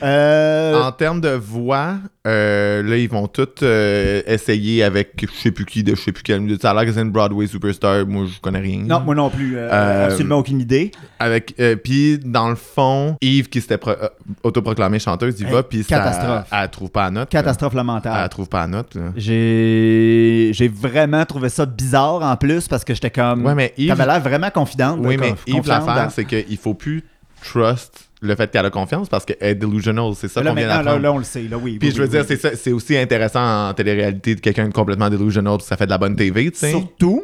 Euh,
En termes de voix, euh, là, ils vont tous euh, essayer avec je sais plus qui, de je sais plus quel. Ça a l'air que c'est une Broadway superstar. Moi, je connais rien.
Non, moi non plus. euh,
Euh,
Absolument aucune idée.
Avec, euh, puis, dans le fond, Yves, qui s'était pro- euh, autoproclamée chanteuse, il
Hey,
va, puis ça-
catastrophe.
elle trouve pas la note. là.
Catastrophe
Elle
lamentable.
trouve pas la note. là.
J'ai j'ai vraiment trouvé ça bizarre en plus parce que j'étais comme.
Ouais, mais Yves,
T'avais l'air vraiment confidente.
oui,
là,
mais
Mm. conf-
Yves
confiante
l'affaire,
dans-
c'est qu'il faut plus trust le fait qu'elle a confiance parce qu'elle est delusional. C'est ça
Là,
qu'on vient
maintenant,
d'apprendre.
là, là, on le sait. Là, oui.
Puis
oui,
je veux
oui,
dire,
oui.
c'est ça- c'est aussi intéressant en télé-réalité de quelqu'un de complètement delusional, puis ça fait de la bonne TV, tu sais.
Surtout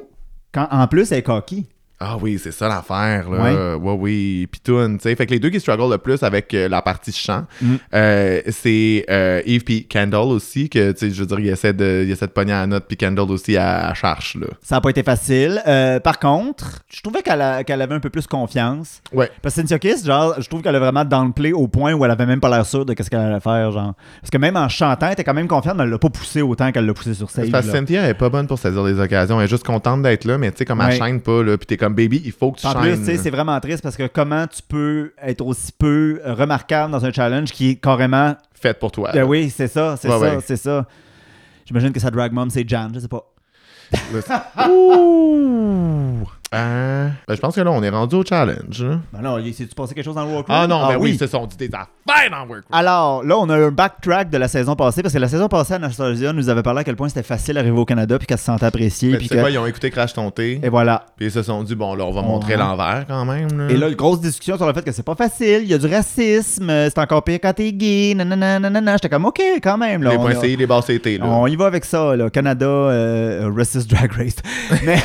quand en plus elle est coquille.
Ah oui, c'est ça l'affaire, là. Ouais, oui. Pitoun, tu sais. Fait que les deux qui struggle le plus avec euh, la partie chant,
Mm.
euh, c'est euh, Eve puis Kendall aussi, que, tu sais, je veux dire, il essaie de, il essaie de pogner à la note, puis Kendall aussi à, à charge, là.
Ça n'a pas été facile. Euh, par contre, je trouvais qu'elle a- qu'elle avait un peu plus confiance.
Ouais.
Parce que Cynthia Kiss, genre, je trouve qu'elle a vraiment downplay au point où elle avait même pas l'air sûre de qu'est-ce qu'elle allait faire, genre. Parce que même en chantant, elle était quand même confiante, mais elle l'a pas poussé autant qu'elle l'a poussé sur
C'est
scène.
parce
là.
que Cynthia, elle est pas bonne pour saisir les occasions. Elle est juste contente d'être là, mais tu sais, comme
Ouais.
elle chaîne pas, là, puis t'es comme, baby, il faut que tu
En plus,
chaînes.
tu sais, c'est vraiment triste parce que comment tu peux être aussi peu euh, remarquable dans un challenge qui est carrément.
Faites pour toi.
Ben oui, c'est ça, c'est
Euh, Ouais,
ça,
ouais.
c'est ça. J'imagine que sa drag mom, c'est Jan, je sais pas.
Là, Ouh! Euh, Ah! ben, je pense que là, on est rendu au challenge. hein.
Ben non, il- s'est-tu passé quelque chose dans le walkthrough?
Ah non, ben oui, ils se sont dit des affaires dans Workroom.
Alors, là, on a un backtrack de la saison passée parce que la saison passée, Anastasia nous avait parlé à quel point c'était facile d'arriver au Canada puis qu'elle se sentait appréciée.
Mais Hein?
Puis
tu sais
que-
quoi, ils ont écouté Crash Tonté.
Et voilà.
Puis ils se sont dit, bon, là, on va
Ouais.
montrer l'envers quand même. Là.
Et là, une grosse discussion sur le fait que c'est pas facile, il y a du racisme, euh, c'est encore pire quand t'es gay, nanana, nanana. J'étais comme, OK, quand même. Là,
les
on
points
a-
CI, les basses CT. Là.
on y va avec ça, là. Canada, euh, euh, Racist Drag Race. Mais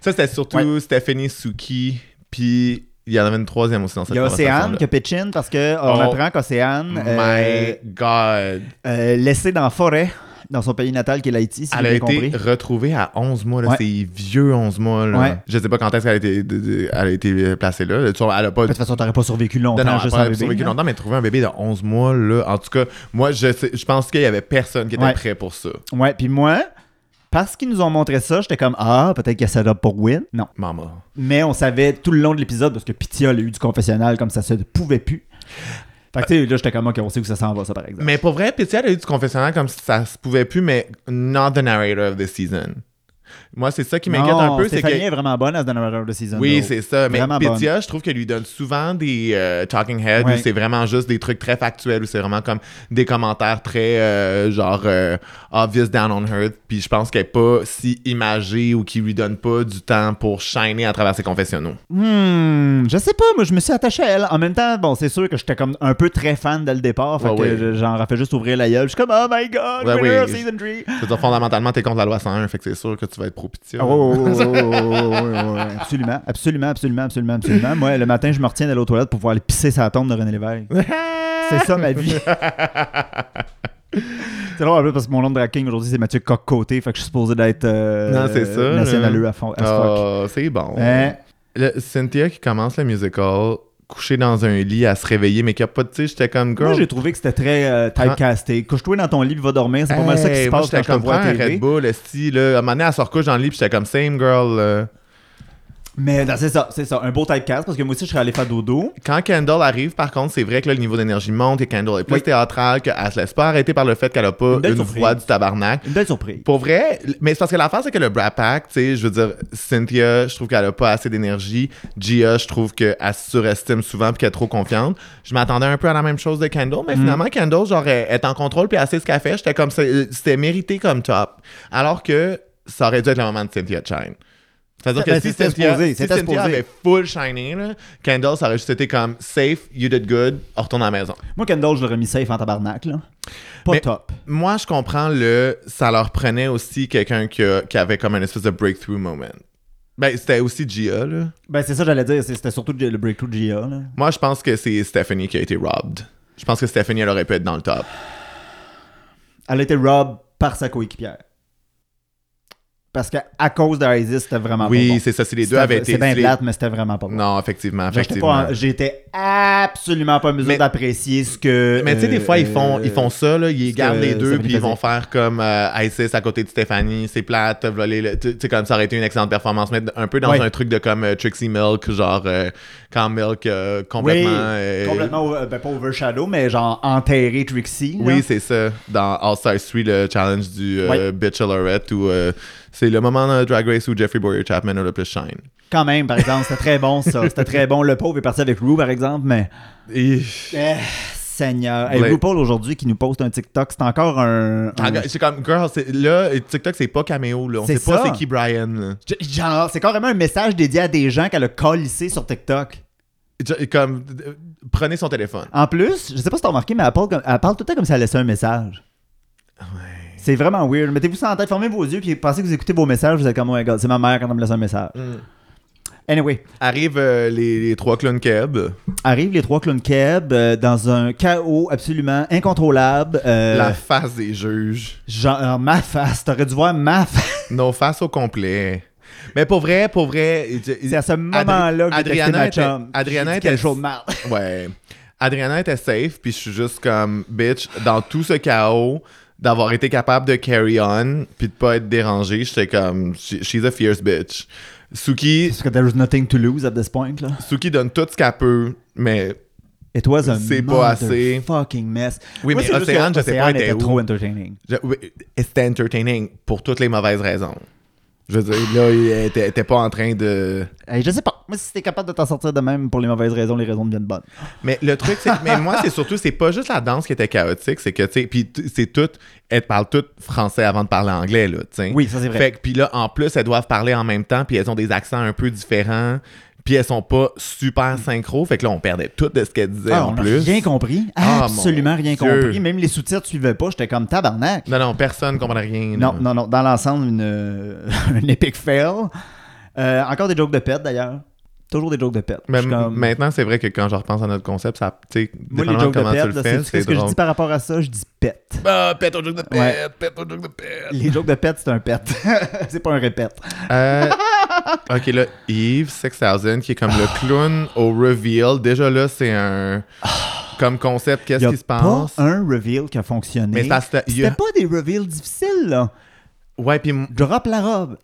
Ça, c'était surtout
Ouais.
Stephanie Suki. Puis il y en avait une troisième aussi dans cette
il y a Océane
conversation-là.
qui a pitch in parce qu'on
Oh.
apprend qu'Océane, euh,
My God.
euh, laissée dans la forêt, dans son pays natal qui est l'Haïti, si j'ai
Elle a
bien
été
compris.
retrouvée à 11 mois. là.
Ouais.
C'est vieux 11 mois. Là.
Ouais.
Je sais pas quand est-ce qu'elle a été, de- de- elle a été euh, placée là. Tu vois, elle a pas
De toute façon, t'aurais pas survécu longtemps
Non, non,
juste
après,
en bébé,
survécu
là.
longtemps, mais trouver un bébé de 11 mois, là, en tout cas, moi, je, sais- je pense qu'il y avait personne qui était
Ouais.
prêt pour ça.
Ouais, puis moi, parce qu'ils nous ont montré ça, j'étais comme Ah, peut-être qu'il y a setup pour Win. Non.
Maman.
Mais on savait tout le long de l'épisode, parce que Pitya a eu du confessionnal comme ça se ne pouvait plus. Fait que tu sais, là, j'étais comme Ok, on sait où ça s'en va, ça, par exemple.
Mais pour vrai, Pétia, elle a eu du confessionnal comme si ça se pouvait plus, mais not the narrator of the season. Moi, c'est ça qui m'inquiète
Non,
un peu, c'est
Stéphanie
que.
est vraiment bonne à The Narrator de Season.
Oui,
though.
c'est ça. Mais
Vraiment
Pétia, je trouve qu'elle lui donne souvent des euh, talking heads
Ouais.
où c'est vraiment juste des trucs très factuels, où c'est vraiment comme des commentaires très euh, genre euh, obvious down on earth. Puis je pense qu'elle est pas si imagée ou qu'il lui donne pas du temps pour shiner à travers ses confessionnaux.
Hmm, je sais pas, moi, je me suis attaché à elle. En même temps, bon, c'est sûr que j'étais comme un peu très fan dès le départ. Fait
Ouais,
que
ouais.
je- genre, elle fait juste ouvrir la gueule. Je suis comme Oh my god,
Ouais,
winner
oui.
of Season 3.
Je veux dire, fondamentalement, t'es contre la loi 101, fait que c'est sûr que tu vas être pro-pitié.
Ah ouais, ouais, ouais, ouais, ouais, ouais, ouais, ouais, ouais. Absolument, absolument, absolument, absolument, absolument. Moi, le matin, je me retiens d'aller aux toilettes pour pouvoir aller pisser sur la tombe de René Lévesque.
(laughs)
C'est ça ma vie. c'est drôle en plus, parce que mon nom de drag king aujourd'hui, c'est Mathieu Coq-Côté, fait que je suis supposé d'être euh,
Non, c'est ça,
national E
là.
à fond. as fuck.
Ah, c'est bon.
Hein?
Le- Cynthia qui commence le musical, couchée dans un lit à se réveiller, mais qui a pas de. Tu sais, j'étais comme girl.
Moi, j'ai trouvé que c'était très euh, typecasté. Couche-toi dans ton lit, va dormir, c'est pas
Ah. Hey,
mal ça qui se
moi,
passe quand
J'étais
je te
comme
vois à
prends un
TV.
Red Bull, esti, là. À un moment donné, elle se recouche dans le lit, puis j'étais comme same girl. là.
Mais non, c'est ça, c'est ça. Un beau typecast parce que moi aussi, je serais allé faire dodo.
Quand Kendall arrive, par contre, c'est vrai que là, le niveau d'énergie monte et Kendall est plus théâtrale, qu'elle se laisse pas arrêter par le fait qu'elle a pas
Une
une,
belle surprise.
voix du tabarnak.
Une belle surprise.
Pour vrai, mais c'est parce que l'affaire, c'est que le Brat Pack, tu sais, je veux dire, Cynthia, je trouve qu'elle a pas assez d'énergie. Gia, je trouve qu'elle se surestime souvent puis qu'elle est trop confiante. Je m'attendais un peu à la même chose de Kendall,
Mm.
mais finalement, Kendall, genre, elle elle est en contrôle puis elle sait ce qu'elle fait. J'étais comme, c'est- c'était mérité comme top. Alors que ça aurait dû être le moment de Cynthia Shine. C'est-à-dire que
Ben,
si
c'était
Cynthia,
supposé,
si
c'était
Cynthia
supposé.
avait full shiny, là, Kendall, ça aurait juste été comme safe, you did good, on retourne à la maison.
Moi, Kendall, je l'aurais mis safe en tabarnak, là. Pas
Mais-
top.
Moi, je comprends le. Ça leur prenait aussi quelqu'un qui, a- qui avait comme une espèce de breakthrough moment. Ben, c'était aussi Gia, là.
Ben, c'est ça, j'allais dire. c'est- C'était surtout le breakthrough de Gia, là.
Moi, je pense que c'est Stephanie qui a été robbed. Je pense que Stephanie, elle aurait pu être dans le top.
Ah, Elle a été rob par sa coéquipière. Parce que à cause de Isis, c'était vraiment pas
oui,
bon.
c'est ça. Si les deux
C'était-
avaient été.
C'est bien
si les-
plate, mais c'était vraiment pas bon.
Non, effectivement.
Genre, J'étais,
effectivement.
pas en- j'étais absolument pas en mesure
Mais-
d'apprécier ce que.
Mais tu sais, des
euh,
fois, ils font, ils font ça, là, ils
que
gardent les deux,
Stephanie
puis ils vont
faisait.
faire comme euh, Isis à côté de Stéphanie, c'est plate, t'as volé le- tu tu sais, comme ça aurait été une excellente performance, mais un peu dans
Ouais.
un truc de comme euh, Trixie Milk, genre euh, quand Milk euh,
Oui,
complètement. euh,
complètement, euh, ben, pas overshadow, mais genre enterré Trixie. là.
Oui, c'est ça, dans All Star 3, le challenge du euh,
Ouais.
Bachelorette, où euh, c'est le moment dans Drag Race où Jeffrey Boyer Chapman a le plus shine.
Quand même, par exemple, c'était très bon ça. C'était très bon. Le pauvre est parti avec Rue, par exemple, mais.
Et-
Eh, Seigneur. Hey,
Blake.
RuPaul aujourd'hui qui nous poste un TikTok, c'est encore un. un-
C'est comme, girl, c'est- là, TikTok, c'est pas caméo, là. On
Mm. C'est
sait pas
ça.
c'est qui Brian, là.
J- Genre, c'est carrément un message dédié à des gens qu'elle a collissé sur TikTok.
Je- Comme, euh, prenez son téléphone.
En plus, je sais pas si t'as remarqué, mais elle parle, comme- elle parle tout le temps comme si elle laissait un message. C'est vraiment weird. Mettez-vous ça en tête, fermez vos yeux, puis pensez que vous écoutez vos messages, vous êtes comme, oh my god, c'est ma mère quand elle me laisse un message.
Mm.
Anyway,
Arrivent euh, les, les trois clones
Euh.
Keb.
arrivent les trois clowns Keb euh, dans un chaos absolument incontrôlable. euh,
La face des juges.
Genre, ma face, t'aurais dû voir ma face.
Nos faces au complet. Mais pour vrai, pour vrai. il- il-
C'est à ce moment-là que j'ai texté
Adriana
ma
était-
chum.
Adriana
J'ai dit, Quel
était-
show de merde.
Ouais. Adriana était safe, puis je suis juste comme, bitch, dans tout ce chaos, d'avoir été capable de carry on, puis de pas être dérangée, j'étais comme, she- she's a fierce bitch. Suki,
Parce que there is nothing to lose at this point, là.
Suki donne tout ce qu'elle peut, mais
It was a
C'est pas assez.
fucking mess.
Oui,
Moi,
mais
c'est juste
Océane,
que
je sais pas,
Océane
était
était
où.
trop entertaining.
Je- oui, c'était entertaining pour toutes les mauvaises raisons. Je veux dire, là, il était- était pas en train de.
Hey, je sais pas. Moi, si t'es capable de t'en sortir de même pour les mauvaises raisons, les raisons deviennent bonnes.
Mais le truc, c'est. Mais moi, c'est surtout, c'est pas juste la danse qui était chaotique, c'est que, tu sais, puis t- c'est tout. Elles parlent toutes français avant de parler anglais, là, tu sais.
Oui, ça, c'est vrai.
Fait que, puis là, en plus, elles doivent parler en même temps, puis elles ont des accents un peu différents, puis elles sont pas super synchro, fait que là, on perdait tout de ce qu'elles disaient
Ah,
en
on a
plus.
rien compris.
Ah,
Absolument
mon
rien
Dieu.
compris. Même les sous-titres suivaient pas. J'étais comme tabarnak.
Non, non, personne comprenait rien.
Non,
là.
non, non. Dans l'ensemble, une, euh, (laughs) un epic fail. Euh, encore des jokes de pète, d'ailleurs. Toujours des jokes de pète.
Mais
Je suis comme-
maintenant, c'est vrai que quand je repense à notre concept, ça, tu sais,
Moi, les
dépendamment
jokes de
comment tu
pète,
le
là,
fais,
c'est
c'est
ce que je
drôle.
dis par rapport à ça. Je dis pète.
Ah, pète au joke de pète,
Ouais.
pète au joke de pète.
Les jokes de pète, c'est un pète. (laughs) c'est pas un répète.
Euh, ok, là, Yves 6000, qui est comme le clown au reveal. Déjà là, c'est un. Comme
Il
concept,
y
qu'est-ce
a
qui se
pas
passe?
un reveal qui a fonctionné.
Mais ça, c'était- il y
C'était
a-
pas des reveals difficiles, là.
Ouais, pis, m-
Drop la robe.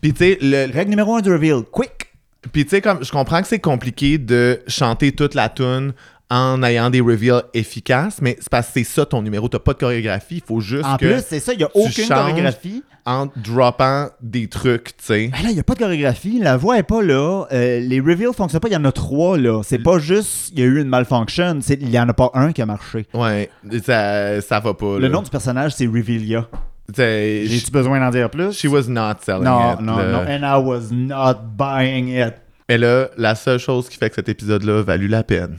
pis tu sais, le-
Règle numéro un du reveal. Quick.
pis tu sais, comme je comprends que c'est compliqué de chanter toute la tune en ayant des reveals efficaces, mais c'est parce que c'est ça ton numéro, t'as pas de chorégraphie, il faut juste
En
que
plus, c'est ça, il n'y a aucune
changes.
chorégraphie.
en droppant des trucs, tu sais.
Ah là, il n'y a pas de chorégraphie, la voix est pas là, euh, les reveals fonctionnent pas, il y en a trois là. C'est pas juste il y a eu une malfunction, c'est- il y en a pas un qui a marché.
Ouais, ça, ça va pas.
Le
là.
nom du personnage, c'est Revealia.
T'sais, she,
J'ai-tu besoin d'en dire plus?
she was not selling
non,
it,
non,
là.
non. And I was not buying it.
Mais là, la seule chose qui fait que cet épisode-là valut la peine.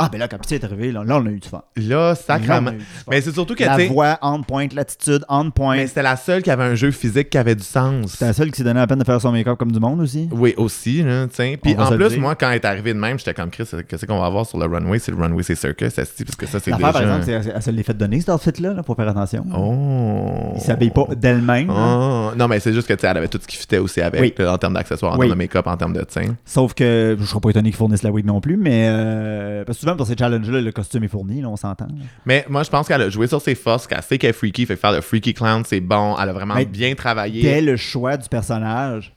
Ah, ben là, quand Pitié est arrivé, là, là, on a eu du fun.
Là,
Là,
sacrément.
on a eu du fun.
Mais c'est surtout que,
La
tu sais,
voix hein. on point, l'attitude on point.
mais c'était la seule qui avait un jeu physique qui avait du sens.
C'est la seule qui s'est donné la peine de faire son make-up comme du monde aussi.
Oui, aussi, là, tu sais. Puis
On va se
en
le
plus,
dire.
moi, quand elle est arrivée de même, j'étais comme Chris, qu'est-ce qu'on va avoir sur le runway? C'est le runway, c'est circus, c'est parce que ça, c'est déjà...
L'affaire, par exemple, c'est elle se l'est fait donner, cet outfit-là, là, pour faire attention.
Oh!
Il s'habille pas d'elle-même, hein.
Oh. Non, mais c'est juste que, tu sais, elle avait tout ce qui fitait aussi avec,
Oui.
là, en termes d'accessoires, en
Oui.
termes de make-up, en termes de, tu sais.
Sauf que je serais pas étonné qu'ils fournissent la wig non plus, mais euh, parce que souvent pour ces challenges-là, le costume est fourni, là, on s'entend. là.
Mais moi, je pense qu'elle a joué sur ses forces, qu'elle sait qu'elle est freaky, fait que faire le freaky clown, c'est bon. Elle a vraiment
Mais
bien travaillé.
Dès le choix du personnage,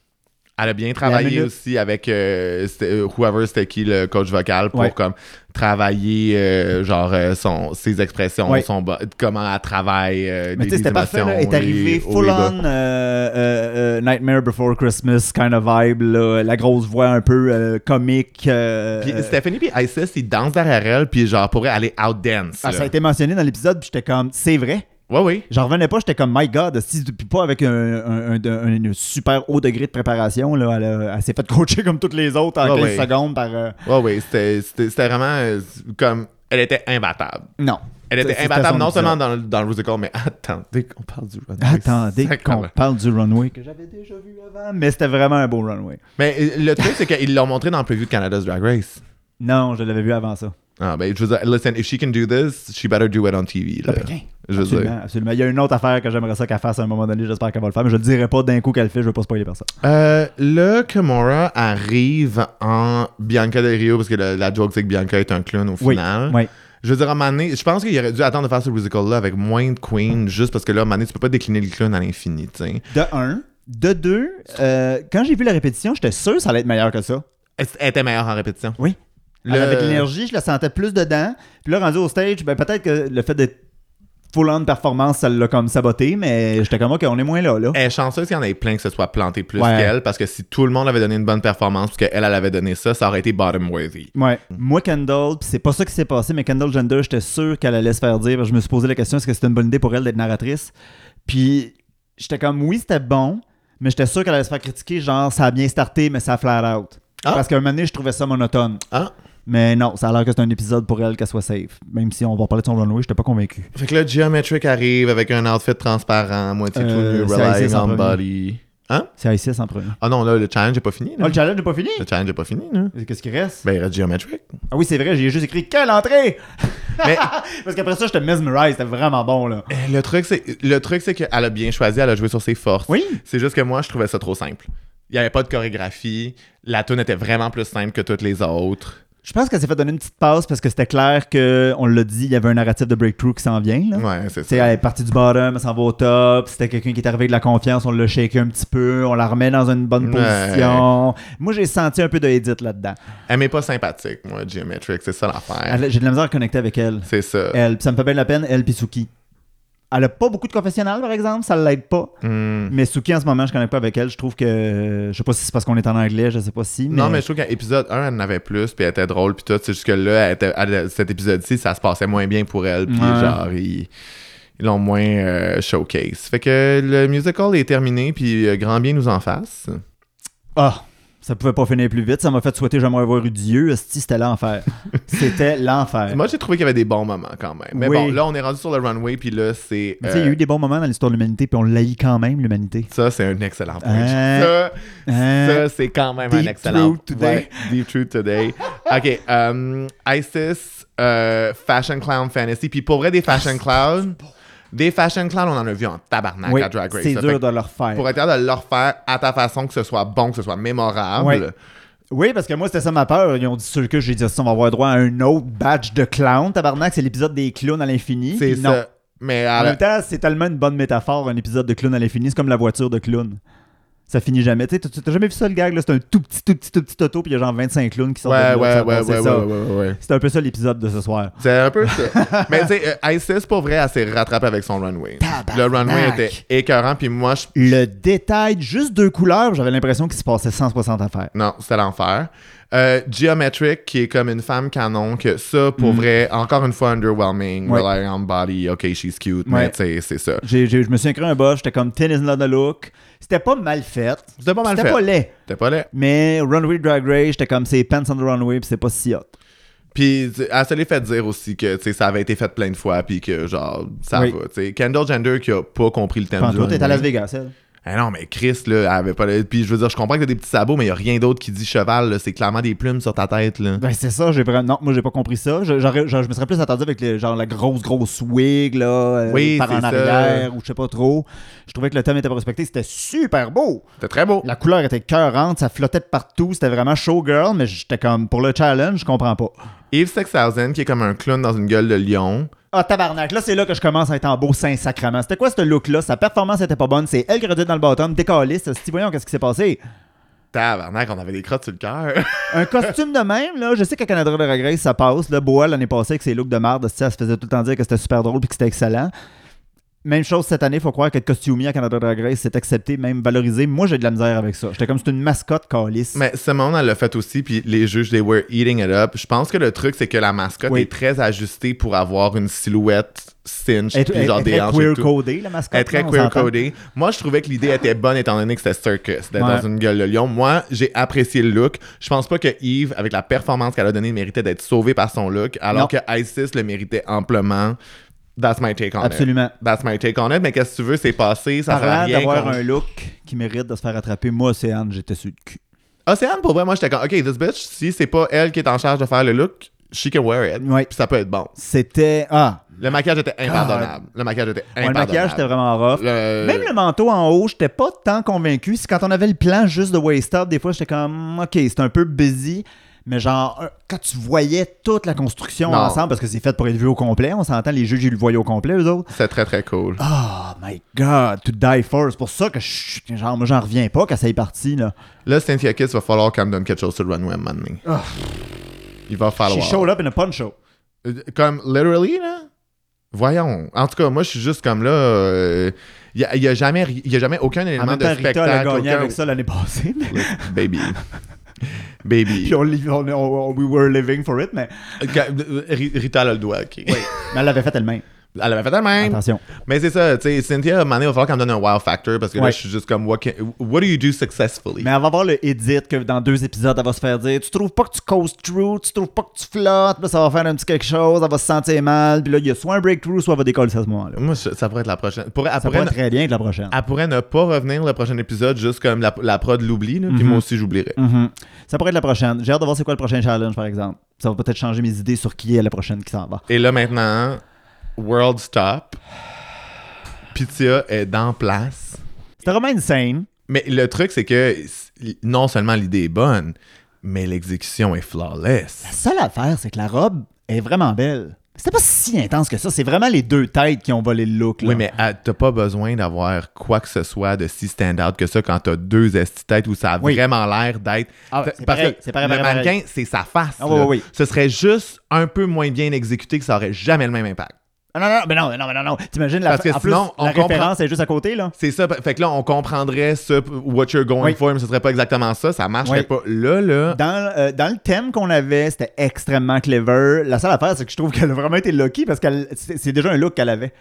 Elle a bien travaillé
minute-
aussi avec euh, c'était- euh, whoever c'était qui le coach vocal pour
Ouais.
comme travailler euh, genre euh, son, ses expressions,
Ouais.
son bo- comment elle travaille. euh,
Mais tu
les-
sais, c'était
les
parfait, là.
émotions,
est arrivé
les hauts et
full
bas.
on euh, euh, euh, Nightmare Before Christmas kind of vibe, là. la grosse voix un peu euh, comique. euh,
Puis
euh,
Stephanie puis Isis, ils dansent derrière elle, puis genre pourrait aller outdance.
ah,
là.
ça a été mentionné dans l'épisode, puis j'étais comme, c'est vrai.
Ouais, oui.
J'en revenais pas, j'étais comme, my god, si puis pas avec un, un- un- un- un super haut degré de préparation, là, elle, a- elle s'est fait coacher comme toutes les autres en
Ah
15
ouais.
secondes par. euh,
Ouais, oui. C'était c'était- c'était vraiment euh, comme. Elle était imbattable.
Non.
Elle était
C'était
imbattable
son
non
épisode.
seulement dans, le- dans le musical, mais (laughs) attendez qu'on parle du runway.
Attendez qu'on
Sacrement.
parle du runway que j'avais déjà vu avant, mais c'était vraiment un beau runway.
Mais euh, le truc, c'est qu'ils l'ont montré dans le preview de Canada's Drag Race.
Non, je l'avais vu avant ça.
Ah, ben, je veux dire, listen, if she can do this, she better do it on TV.
Ah,
Là.
Pékin.
Euh, je veux
absolument,
dire.
absolument. Il y a une autre affaire que j'aimerais ça qu'elle fasse à un moment donné. J'espère qu'elle va le faire, mais je le dirai pas d'un coup qu'elle le fait. Je veux pas spoiler personne.
Euh, là, Kimora arrive en Bianca Del Rio, parce que le- la joke, c'est que Bianca est un clown au
Oui.
final.
Oui.
Je veux dire, à un moment donné, je pense qu'il aurait dû attendre de faire ce musical-là avec moins de Queen, juste parce que là, à un moment donné, tu peux pas décliner le clown à l'infini, tu sais.
De un. De deux, euh, quand j'ai vu la répétition, j'étais sûr que ça allait être meilleur que ça.
Elle elle était meilleure en répétition.
Oui.
Le-
Avec l'énergie, je la sentais plus dedans. Puis là, rendu au stage, ben, peut-être que le fait d'être full on performance, ça l'a comme saboté, mais j'étais comme, OK, on est moins là, là.
Elle est chanceuse qu'il y en ait plein que ce soit planté plus
Ouais.
qu'elle, parce que si tout le monde avait donné une bonne performance, parce qu'elle, elle avait donné ça, ça aurait été bottom-worthy.
Ouais. Moi, Kendall, pis c'est pas ça qui s'est passé, mais Kendall Gender, j'étais sûr qu'elle allait se faire dire. parce que Je me suis posé la question est-ce que c'était une bonne idée pour elle d'être narratrice Puis j'étais comme oui, c'était bon, mais j'étais sûr qu'elle allait se faire critiquer genre ça a bien starté, mais ça flare out.
Ah.
Parce qu'à un moment donné, je trouvais ça monotone.
Ah.
Mais non, ça a l'air que c'est un épisode pour elle qu'elle soit safe. Même si on va parler de son runway, j'étais pas convaincu.
Fait que là, Geometric arrive avec un outfit transparent, moitié
Euh,
tout nu,
c'est
relying
Isis en premier.
on body. Hein?
C'est ICS en premier.
Ah non, là, le challenge est pas fini.
Ah,
Là.
le challenge n'est pas fini
le challenge est pas fini, là.
Qu'est-ce qui reste
Ben, il reste Geometric.
Ah oui, c'est vrai, j'ai juste écrit quelle (laughs) entrée
Mais-
Parce qu'après ça, je te mesmerise, c'était vraiment bon là.
Euh, Le truc, c'est le truc, c'est qu'elle a bien choisi, elle a joué sur ses forces.
Oui
C'est juste que moi, je trouvais ça trop simple. Il n'y avait pas de chorégraphie. La tune était vraiment plus simple que toutes les autres.
Je pense qu'elle s'est fait donner une petite passe parce que c'était clair que on l'a dit, il y avait un narratif de breakthrough qui s'en vient. Là.
Ouais, c'est
Tu sais,
ça.
elle est partie du bottom, elle s'en va au top. C'était quelqu'un qui est arrivé avec de la confiance, on l'a shaké un petit peu, on la remet dans une bonne
Ouais.
position. Moi, j'ai senti un peu de Edith là-dedans.
Elle m'est pas sympathique, moi, Geometric. C'est ça l'affaire.
Elle- J'ai de la misère à connecter avec elle.
C'est ça.
Elle, pis ça me fait bien de la peine, elle puis Suki. Elle a pas beaucoup de confessionnal, par exemple, ça l'aide pas.
Hmm.
(laughs) Mais Suki, en ce moment, je connecte pas avec elle. Je trouve que. Je sais pas si c'est parce qu'on est en anglais, je sais pas si.
Non, mais je trouve qu'à épisode 1, elle en avait plus, puis elle était drôle, puis tout. C'est juste que là, elle était- elle- cet épisode-ci, ça se passait moins bien pour elle, puis
Ouais.
genre, ils ils l'ont moins euh, showcase. Fait que le musical est terminé, puis euh, grand bien nous en fasse.
Ah, ça pouvait pas finir plus vite. Ça m'a fait souhaiter jamais avoir eu Dieu. Esti, c'était
(laughs)
l'enfer. c'était l'enfer.
Moi, j'ai trouvé qu'il y avait des bons moments quand même. Mais
Oui.
bon, là, on est rendu sur le runway, puis là, c'est.
Mais tu sais, il y a
euh,
eu des bons moments dans l'histoire de l'humanité, puis on l'aïe quand même, l'humanité.
Ça, c'est un excellent point.
Euh,
Ça,
Hein?
Ça, c'est quand même
Deep
un excellent.
truth today.
Ouais, deep truth today. OK. um, ISIS, euh, Fashion Clown Fantasy. Puis pour vrai, des Fashion Clowns, des Fashion Clowns, on en a vu en tabarnak
Ah, oui,
à Drag Race.
c'est
là.
dur
Fait que
de leur faire.
Pour être capable de leur faire à ta façon, que ce soit bon, que ce soit mémorable.
Ouais. Oui, parce que moi, c'était ça ma peur. Ils ont dit sur le que j'ai dit, on va avoir droit à un autre badge de clown. Tabarnak, c'est l'épisode des clowns à l'infini.
C'est
Puis non.
ça. Mais à
En
la-
même temps, c'est tellement une bonne métaphore, un épisode de clown à l'infini. C'est comme la voiture de clown. Ça finit jamais. Tu sais, t'as- t'as jamais vu ça, le gag? là? C'est un tout petit, tout petit, tout petit auto, puis il y a genre 25 clowns qui sont
ouais,
là,
ouais,
ça-
ouais,
c'est
ouais,
ça.
ouais, ouais, ouais, ouais.
C'est un peu ça l'épisode de ce soir.
C'est un peu ça. Mais tu sais, euh, ISIS, pour vrai, elle s'est rattrapée avec son runway. Le runway
Tabarnak.
était écœurant, puis moi, je
Le détail, de juste deux couleurs, j'avais l'impression qu'il se passait 160 affaires.
Non, c'était l'enfer. Euh, Geometric, qui est comme une femme canon, que ça, pour vrai, encore une fois, underwhelming,
Mm. Ouais.
relying on body, ok, she's cute, mais
Ouais.
tu sais, c'est ça.
J'ai- j'ai- je me suis écrit un boss, j'étais comme Ten is not a look. C'était pas mal fait.
C'était pas mal
C'était
fait.
pas laid.
C'était pas laid.
Mais Runway Drag Race, j'étais comme c'est pants on the runway, pis c'est pas si hot.
Puis, tu- elle se l'est fait dire aussi que, tu sais, ça avait été fait plein de fois, puis que, genre, ça
Oui.
va, tu sais. Kendall Jenner, qui a pas compris le thème
Quand
du
toi, t'es à
runway.
Las Vegas, elle.
Eh non, mais Chris, là, elle avait pas le... Puis, je veux dire, je comprends que t'as des petits sabots, mais y a rien d'autre qui dit cheval, là. C'est clairement des plumes sur ta tête, là.
Ben c'est ça, j'ai vraiment. Non, moi j'ai pas compris ça. Je, j'aurais- je- je me serais plus attendu avec les- genre la grosse, grosse wig là, euh,
Oui,
par
c'est
en
ça.
arrière ou je sais pas trop. Je trouvais que le thème était pas respecté. C'était super beau.
C'était très beau.
La couleur était cœurante, ça flottait de partout, c'était vraiment showgirl, mais j'étais comme pour le challenge, je comprends pas.
Yves 6000, qui est comme un clown dans une gueule de lion.
Ah, tabarnak, là, c'est là que je commence à être en beau Saint-Sacrement. C'était quoi ce look-là? Sa performance était pas bonne. C'est elle qui était dans le bottom, décaliste. Si, voyons, qu'est-ce qui s'est passé?
tabarnak, on avait des crottes sur le cœur.
Un costume de même, là, je sais qu'à Canada de Regret, ça passe. Là, Boa, l'année passée, avec ses looks de merde, ça se faisait tout le temps dire que c'était super drôle puis que c'était excellent. Même chose cette année, faut croire que de costumier à Canada de Regret, c'est accepté, même valorisé. Moi, j'ai de la misère avec ça. J'étais comme, c'est une mascotte, calice.
Mais Simone, elle l'a fait aussi, puis les juges, they were eating it up. Je pense que le truc, c'est que la mascotte
Oui.
est très ajustée pour avoir une silhouette cinch,
Elle est-
puis
elle-
genre
elle est
des
très
hanches et
queer
tout.
codée, la mascotte.
Elle est très
là, on
queer
s'entend.
codée. Moi, je trouvais que l'idée était bonne étant donné que c'était circus, d'être
Ouais.
dans une gueule de lion. Moi, j'ai apprécié le look. Je pense pas que Eve, avec la performance qu'elle a donnée, méritait d'être sauvée par son look, alors
Non.
que Isis le méritait amplement. That's my take on it.
Absolument.
That's my take on it. Mais qu'est-ce que tu veux, c'est passé, ça sert à
Parlant
rien.
d'avoir
qu'on-
un look qui mérite de se faire attraper, moi, Océane, j'étais sur le cul.
Océane, Ah, pour vrai, moi, j'étais comme, OK, this bitch, si c'est pas elle qui est en charge de faire le look, she can wear it.
Ouais.
Puis ça peut être bon.
C'était. Ah!
Le maquillage était impardonnable. Le maquillage était
Ouais, le
impardonnable.
maquillage, c'était vraiment rough.
Le-
Même le manteau en haut, j'étais pas tant convaincu. C'est quand on avait le plan juste de waist up, des fois j'étais comme OK, c'est un peu busy, mais genre euh, quand tu voyais toute la construction
Non.
ensemble parce que c'est fait pour être vu au complet, on s'entend les juges ils le voyaient au complet eux autres.
C'était très, très cool.
Oh my god, to die for, c'est pour ça que je suis- genre moi j'en reviens pas quand ça est parti là.
Là, Cynthia Kiss, va falloir qu'elle me donne quelque chose sur le runway à un moment donné.
Ah.
Il va
She
falloir.
showed up in a poncho.
Euh, Comme, literally, là? Voyons. En tout cas, moi, je suis juste comme là. euh, Il n'y a, jamais ri- il y a jamais aucun
En
élément
même
de
temps, Rita elle a
spectacle.
gagné
aucun-
avec ça l'année (laughs) passée. mais-
(laughs)
(laughs)
Baby. Baby.
Puis on, li- on- on- we were living for it, mais,
Quand- euh, Rita elle a le doigt, ok.
mais elle l'avait fait elle-même.
Elle avait fait la même.
Attention.
Mais c'est ça, tu sais, Cynthia, à un moment donné, il va falloir qu'elle me donne un wow factor parce que là,
Ouais.
je suis juste comme, what, can- what do you do successfully?
Mais elle va voir le edit que dans deux épisodes, elle va se faire dire Tu trouves pas que tu coast through, tu trouves pas que tu flottes, Puis là, ça va faire un petit quelque chose, elle va se sentir mal, puis là, il y a soit un breakthrough, soit elle va décoller à ce moment-là.
Moi, je- ça pourrait être la prochaine. Pour, elle,
Ça
pourrait
pourrait
ne,
très bien être la prochaine.
elle pourrait ne pas revenir le prochain épisode, juste comme la, la prod l'oublie, là, puis moi aussi, j'oublierais.
Mhm. Ça pourrait être la prochaine. J'ai hâte de voir c'est quoi le prochain challenge, par exemple. Ça va peut-être changer mes idées sur qui est la prochaine qui s'en va.
Et là, maintenant, World Stop. Pitya est dans place.
C'était vraiment insane.
Mais le truc, c'est que c- non seulement l'idée est bonne, mais l'exécution est flawless.
La seule affaire, c'est que la robe est vraiment belle. C'était pas si intense que ça. C'est vraiment les deux têtes qui ont volé le look. là.
Oui, mais ah, t'as pas besoin d'avoir quoi que ce soit de si stand-out que ça quand t'as deux esti-têtes où ça a
Oui.
vraiment l'air d'être.
Ah ouais,
Fait-
c'est
parce
pareil,
que
c'est pareil,
le
pareil, pareil.
mannequin, c'est sa face.
Ah oui,
là.
oui, oui.
Ce serait juste un peu moins bien exécuté que ça aurait jamais le même impact.
Ah Non, non, non, mais non, mais non, mais non, non. T'imagines la,
Parce que
en plus,
sinon, on
la
comprend-
référence est juste à côté, là.
C'est ça. Fait que là, on comprendrait ça, what you're going
Oui.
for, mais ce serait pas exactement ça. Ça marcherait
Oui.
pas. Là, là.
Dans, euh, dans le thème qu'on avait, c'était extrêmement clever. La seule affaire, c'est que je trouve qu'elle a vraiment été lucky parce que c'est c'est déjà un look qu'elle avait.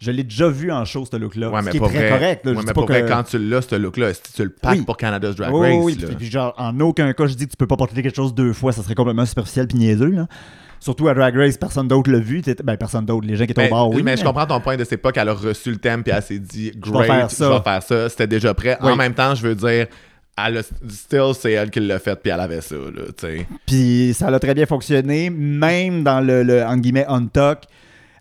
Je l'ai déjà vu en show, ce look-là.
Ouais,
ce
mais
qui est
pas
très
vrai.
correct. là.
Ouais,
Je dis pas
mais pour vrai,
que-
quand tu l'as, ce look-là, si tu le packs
Oui.
pour Canada's Drag
Oui,
Race.
oui,
là.
puis- puis genre, en aucun cas, je dis que tu peux pas porter quelque chose deux fois. Ça serait complètement superficiel puis niaiseux, là. Surtout à Drag Race, personne d'autre l'a vu. T'étais- Ben, personne d'autre. Les gens qui étaient
Mais,
au bar, oui.
mais je comprends ton point de c'est pas qu'elle a reçu le thème puis elle s'est dit
vais
great, je vais
faire
faire
ça.
ça, c'était déjà prêt.
Oui.
En même temps, je veux dire elle a- still c'est elle qui l'a fait puis elle avait ça là, tu sais.
Puis ça a très bien fonctionné, même dans le, le entre guillemets, on talk.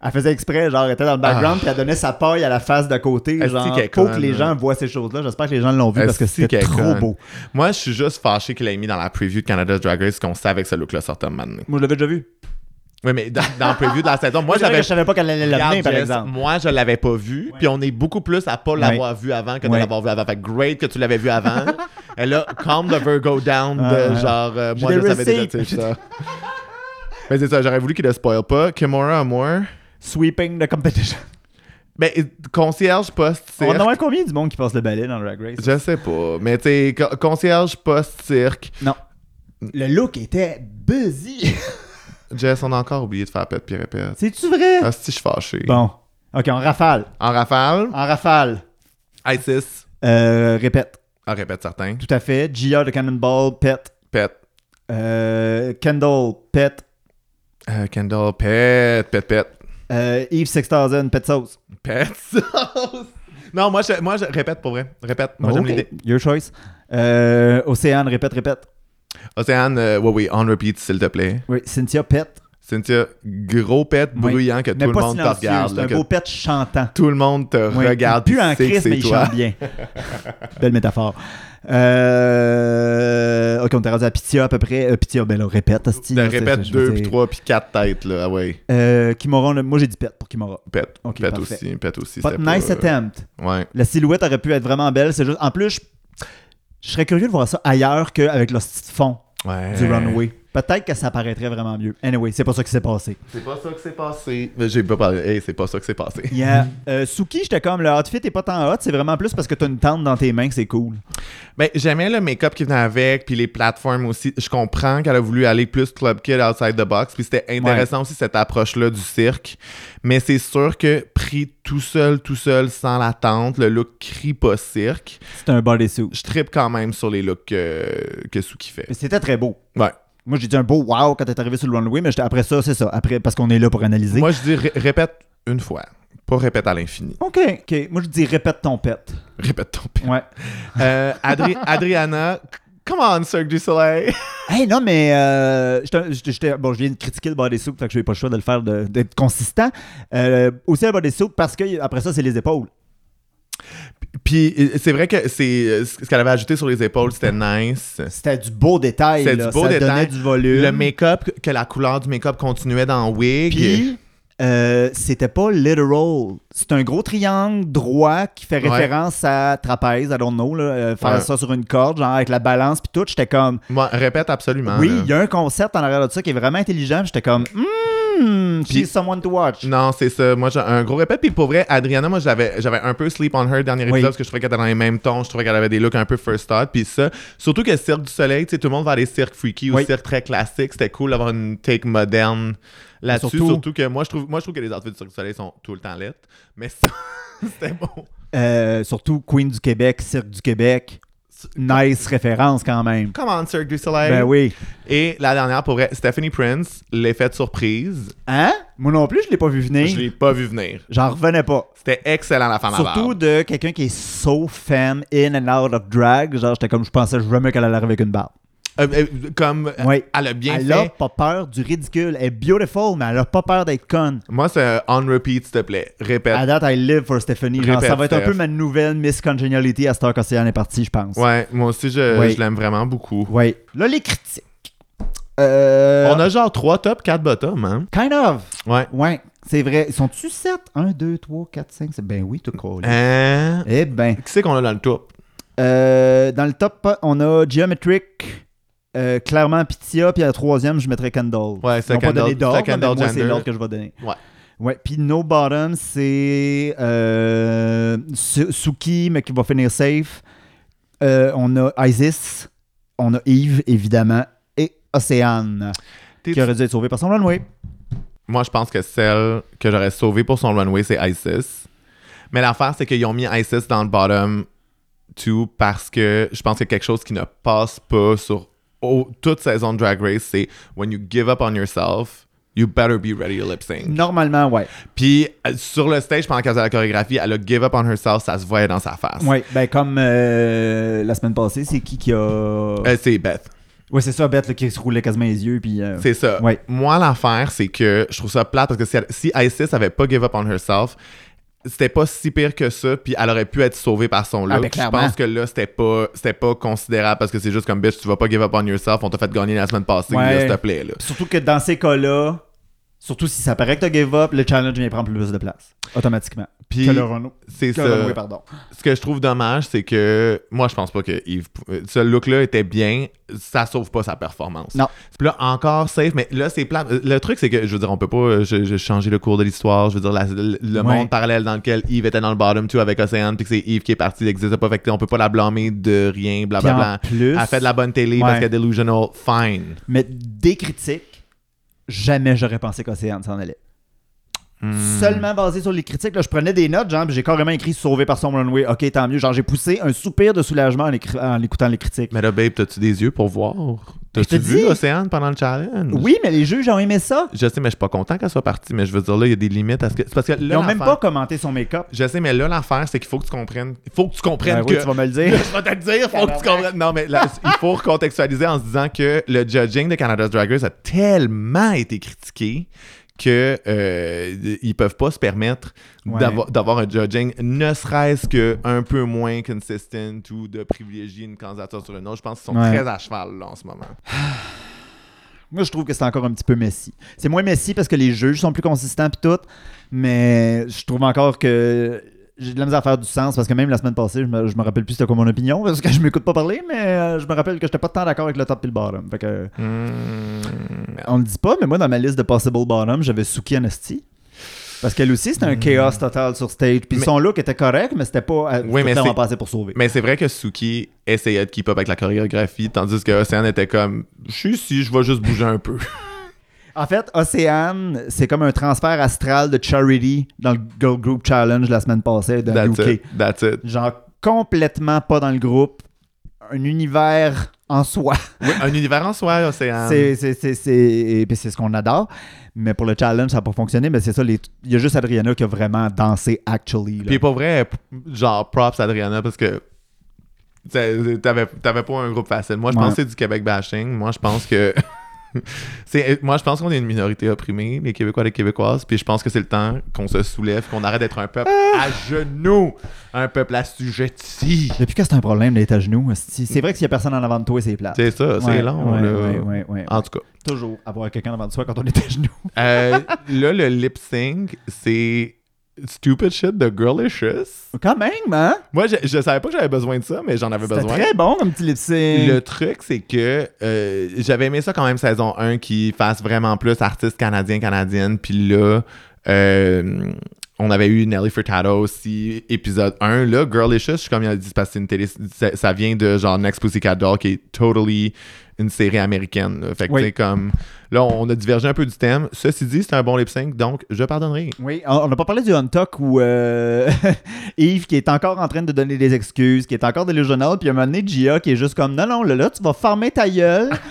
Elle faisait exprès, genre, elle était dans le background, puis elle donnait sa paille à la face d'à côté,
Ah. Est-ce
genre,
qu'elle est
pour
conne,
que les
hein?
gens voient ces choses-là. J'espère que les gens l'ont vu parce que
Est-ce
c'était
qu'elle
trop
conne?
beau.
Moi, je suis juste fâché qu'il ait mis dans la preview de Canada's Drag Race qu'on savait que ce look là sortait maintenant.
Moi, je l'avais déjà vu.
Oui, mais dans, dans la preview de la saison,
Moi,
moi
(laughs)
j'avais
je savais pas qu'elle allait l'amener,
Regarde,
par
Jess,
exemple.
Moi, je l'avais pas vu. Puis on est beaucoup plus à pas l'avoir vu avant que de
Ouais.
l'avoir vu avant. Fait que great que tu l'avais
(laughs)
vu avant. Et là, calm the Virgo down de
Ah, ouais.
genre, euh, moi,
J'ai
je
des
savais déjà
receiptes.
tu sais, ça. Mais c'est ça, j'aurais voulu qu'il ne spoil pas. Kimora Amour.
Sweeping the
(laughs)
competition.
Ben, et- concierge
On
post-cirque.
en a combien du monde qui passe le balai dans le Drag Race?
Je sais pas. Mais tu sais, co- concierge post-cirque.
Non. Le look était busy. (laughs)
Jess, on a encore oublié de faire pète puis répète.
C'est-tu vrai?
Ah, si, je suis fâché.
Bon. OK, en rafale.
En rafale,
En rafale.
Isis.
Euh, répète.
En répète certain.
Tout à fait. Gia de Cannonball, pet.
Pète.
Euh, Kendall, pet.
Euh, Kendall, pète, pète, pète.
Euh, Yves 6000, pet sauce.
Pet sauce. (laughs) Non, moi je, moi, je répète pour vrai. Répète. Moi, j'aime
Ok,
l'idée.
Your choice. Euh, Océane, répète, répète.
Océane, euh, oui, oui, on repeat, s'il te plaît.
Oui, Cynthia, pet.
Cynthia, gros pet
Oui.
bruyant que
Mais
tout le
pas
monde te
silencieux,
regarde.
C'est
là,
un
que
beau pet chantant.
tout le monde te
Oui,
regarde.
il pue
puis
en
sait que
crise,
c'est
mais il
toi.
chante
(laughs)
bien. Belle métaphore. Euh, ok, on t'a rendu à Pitya à peu près. Euh, Pitya, ben là, répète. hostie,
De
là, c'est-
répète
je
deux,
veux
puis
dire.
trois, puis quatre têtes, là. Ah ouais.
Euh, Kimora, on l'a- moi j'ai dit pet pour Kimora.
Pet.
Ok,
pet
parfait.
aussi. Pet aussi.
Pas
c'était
nice
pas, euh,
attempt.
Ouais.
La silhouette aurait pu être vraiment belle. C'est juste. En plus, je- Je serais curieux de voir ça ailleurs qu'avec le petit fond
Ouais.
du runway. Peut-être que ça paraîtrait vraiment mieux. Anyway, c'est pas ça qui s'est passé.
C'est pas ça que c'est passé. Mais J'ai pas parlé. Hey, c'est pas ça que c'est passé.
Il y a euh, Suki, j'étais comme le outfit est pas tant hot, c'est vraiment plus parce que t'as une tente dans tes mains que c'est cool.
Ben, j'aimais le make-up qui venait avec, puis les plateformes aussi. Je comprends qu'elle a voulu aller plus Club Kid outside the box, puis c'était intéressant aussi cette approche-là du cirque. Mais c'est sûr que pris tout seul, tout seul, sans la tente, le look crie pas cirque.
C'est un bodysuit.
Je tripe quand même sur les looks que, que Suki fait.
Mais C'était très beau.
Ouais.
Moi, j'ai dit un beau wow quand t'es arrivé sur le runway, mais j'étais- après ça, c'est ça. Après, parce qu'on est là pour analyser.
Moi, je dis ré- répète une fois. Pas répète à l'infini.
OK. OK. Moi, je dis répète ton pet.
Répète ton père.
Ouais.
Euh, (laughs) Adri- Adriana, come on, Cirque du Soleil.
hey, non, mais. euh, j'étais- j'étais- j'étais- bon, je viens de critiquer le bodysuit, fait que je n'ai pas le choix de le faire, de- d'être consistant. Euh, aussi, le bodysuit, parce que après ça, c'est les épaules.
Puis euh, c'est vrai que c'est euh, ce qu'elle avait ajouté sur les épaules, c'était nice.
C'était du beau détail.
C'était
là.
du beau
ça
détail.
donnait du volume.
Le make-up, que la couleur du make-up continuait dans Wig.
Puis, euh, c'était pas literal. C'est un gros triangle droit qui fait
Ouais.
référence à trapèze, I don't know, là, euh, faire
Ouais.
ça sur une corde, genre avec la balance, puis tout. J'étais comme,
Moi, répète absolument.
oui,
Ah, là.
il y a un concept en arrière de ça qui est vraiment intelligent. J'étais comme, hmm,
Puis-
she's someone to watch.
Non, c'est ça. Moi, j'ai un gros répète. Puis pour vrai, Adriana, moi, j'avais, j'avais un peu sleep on her le dernier
Oui.
épisode parce que je trouvais qu'elle était dans les mêmes tons. Je trouvais qu'elle avait des looks un peu first thought. Puis ça, surtout que Cirque du Soleil, tu sais, tout le monde va aller cirque freaky ou
Oui.
cirque très classique. C'était cool d'avoir une take moderne là-dessus.
Surtout-
Surtout, que moi je, trouve, moi, je trouve que les outfits du Cirque du Soleil sont tout le temps lettres. Mais ça, (laughs) c'était bon.
Euh, surtout Queen du Québec, Cirque du Québec. Nice référence quand même.
Come on, Cirque du Soleil.
Ben oui.
Et la dernière, pour vrai, Stephanie Prince, l'effet de surprise.
Hein? Moi non plus, je l'ai pas vu
Je
venir.
l'ai pas vu venir.
J'en revenais pas.
C'était excellent la femme à
Surtout
barbe.
de quelqu'un qui est so femme, in and out of drag. Genre, j'étais comme, je pensais jamais qu'elle allait arriver avec une barbe.
Euh, euh, comme euh,
Oui.
elle a bien
elle
fait.
a pas peur du ridicule. Elle est beautiful, mais elle a pas peur d'être conne.
Moi, c'est euh, on repeat, s'il te plaît.
À
Répète.
date, I live for Stephanie. Genre,
Euh, Répète,
ça va être un
Steph.
peu ma nouvelle Miss Congeniality à Star Océan est partie, je pense.
Ouais, moi aussi, je,
Ah, Oui.
je l'aime vraiment beaucoup.
Ouais. Là, les critiques. Euh...
On a genre 3 tops, 4 bottoms, hein?
Kind of.
Ouais.
Ouais, c'est vrai. Ils Sont-tu 7? 1, 2, 3, 4, 5. Ben oui, tout cool.
Hein?
Eh ben.
Qui c'est qu'on a dans le top?
Euh, dans le top, on a Geometric, euh, clairement Pitya, puis à la troisième, je mettrais Kendall.
Ouais, c'est
Ils n'ont pas
Kendall-
donné d'ordre,
c'est Kendall
mais moi, c'est
Jenner.
l'ordre que je vais donner.
Ouais.
Ouais, puis No Bottom, c'est euh, Su- Suki, mais qui va finir safe. Euh, on a Isis, on a Yves, évidemment, et Océane,
T'es-
qui aurait dû être sauvée par son runway.
Moi, je pense que celle que j'aurais sauvée pour son runway, c'est Isis. Mais l'affaire, c'est qu'ils ont mis Isis dans le bottom two parce que je pense que quelque chose qui ne passe pas sur au- toute saison de Drag Race, c'est when you give up on yourself, you better be ready to lip
Mm.
sync.
Normalement, ouais.
Puis euh, sur le stage, pendant qu'elle faisait la chorégraphie, elle a give up on herself, ça se voyait dans sa face.
Oui, ben comme euh, la semaine passée, c'est qui qui a.
Euh, c'est Beth.
ouais, c'est ça, Beth, là, qui se roulait quasiment les yeux. Puis, euh,
C'est ça.
Ouais.
Moi, l'affaire, c'est que je trouve ça plate parce que si, elle- si Isis avait pas give up on herself, c'était pas si pire que ça, puis elle aurait pu être sauvée par son
Ah, ben,
look. je
clairement.
pense que là, c'était pas, c'était pas considérable parce que c'est juste comme bitch, tu vas pas give up on yourself, on t'a fait gagner la semaine passée,
Ouais.
là, s'il te plaît. Là.
Surtout que dans ces cas-là, surtout si ça paraît que t'as give up, le challenge vient prendre plus de place. Automatiquement.
Puis,
que le Renault.
C'est
Que
ça.
le Renault, pardon.
Ce que je trouve dommage, c'est que moi, je pense pas que Yves. pou- Ce look-là était bien. Ça sauve pas sa performance.
Non.
Puis là, encore safe, mais là, c'est plat. Le truc, c'est que, je veux dire, on peut pas euh, je- je changer le cours de l'histoire. Je veux dire, la- le le
Ouais.
monde parallèle dans lequel Yves était dans le bottom 2 avec Océane, puis que c'est Yves qui est parti, n'existe pas. Fait que, tu sais, on peut pas la blâmer de rien,
Puis en
blablabla.
plus,
Elle fait de la bonne télé
Ouais.
parce qu'elle est delusional. Fine.
mais des critiques, jamais j'aurais pensé qu'Océane s'en allait.
Hmm.
Seulement basé sur les critiques, là, je prenais des notes, genre, puis j'ai carrément écrit Sauvé par son runway. Ok, tant mieux. Genre, j'ai poussé un soupir de soulagement en, écri- en écoutant les critiques.
Mais là, babe, t'as-tu des yeux pour voir?
te
T'as-tu
dis.
vu Océane pendant le challenge?
Oui, mais les juges ont aimé ça.
Je sais, mais je suis pas content qu'elle soit partie, mais je veux dire, là, il y a des limites à ce que. c'est Parce que là,
Ils ont même
l'affaire-
pas commenté son make-up.
Je sais, mais là, l'affaire, c'est qu'il faut que tu comprennes. Il faut que tu comprennes
Ben oui,
que.
tu vas me le dire.
(laughs) Je vais te le dire, faut que tu comprennes. Non, mais là, il faut recontextualiser en se disant que le judging de Canada's Drag Race a tellement été critiqué que euh, ils peuvent pas se permettre
Ouais.
d'avoir- d'avoir un judging ne serait-ce que un peu moins consistent ou de privilégier une candidature sur une autre. Je pense qu'ils sont
Ouais.
très à cheval là, en ce moment.
Moi, je trouve que c'est encore un petit peu messy. C'est moins messy parce que les juges sont plus consistants pis tout, mais je trouve encore que j'ai de la misère à faire du sens parce que même la semaine passée, je me, je me rappelle plus c'était quoi mon opinion parce que je m'écoute pas parler, mais euh, je me rappelle que j'étais pas tant d'accord avec le top et le bottom. Fait que, euh, on le dit pas, mais moi dans ma liste de possible bottom, j'avais Suki Anesti. Parce qu'elle aussi, c'était un chaos total sur stage. Puis
Hmm. Mais-
son look était correct, mais c'était pas euh,
Oui, mais
totalement
c'est-
passé pour sauver.
Mais c'est vrai que Suki essayait de keep up avec la chorégraphie, tandis que Océane était comme Je suis ici, je vais juste bouger
(laughs)
un peu.
En fait, Océane, c'est comme un transfert astral de Charity dans le Girl Group Challenge la semaine passée de
That's
UK.
it. That's it.
Genre complètement pas dans le groupe. Un univers en soi.
Oui, un univers en soi, Océane.
C'est, c'est, c'est, c'est- et puis c'est ce qu'on adore. Mais pour le challenge, ça n'a pas fonctionné. Mais c'est ça, les- il y a juste Adriana qui a vraiment dansé actually. là.
Puis pour vrai, p- genre props Adriana parce que t'sais, t'avais t'avais pas un groupe facile. Moi, je
Ouais.
pense que c'est du Québec bashing. Moi, je pense que (laughs) c'est moi je pense qu'on est une minorité opprimée, les Québécois et les Québécoises, puis je pense que c'est le temps qu'on se soulève, qu'on arrête d'être un peuple
Ah!
à genoux, un peuple assujetti.
Depuis que c'est un problème d'être à genoux, esti, c'est vrai que s'il n'y a personne en avant de toi, c'est plat.
C'est ça, c'est long là. En tout cas,
Toujours avoir quelqu'un devant soi quand on est à genoux.
Euh, là le lip sync, c'est stupid shit de girlicious.
Quand même, hein?
Moi, je, je savais pas que j'avais besoin de ça, mais j'en avais
C'était
besoin.
très bon comme petit lip sync.
Le truc, c'est que euh, j'avais aimé ça quand même saison 1 qui fasse vraiment plus artiste canadien, canadienne. Puis là, euh, on avait eu Nelly Furtado aussi, épisode 1. Là, Girlicious, je suis comme il a dit, c'est parce que c'est une télé. Ça, ça vient de genre Next Pussycat Doll qui est totally une série américaine. là. Fait que
Oui.
tu sais, comme. Là, on a divergé un peu du thème. Ceci dit, c'est un bon lip sync, donc je pardonnerai.
Oui, on on n'a pas parlé du Untuck où euh, (laughs) Yves qui est encore en train de donner des excuses, qui est encore délusionnel, puis à un moment donné, Gia qui est juste comme Non, non, là, là, tu vas farmer ta gueule. (laughs)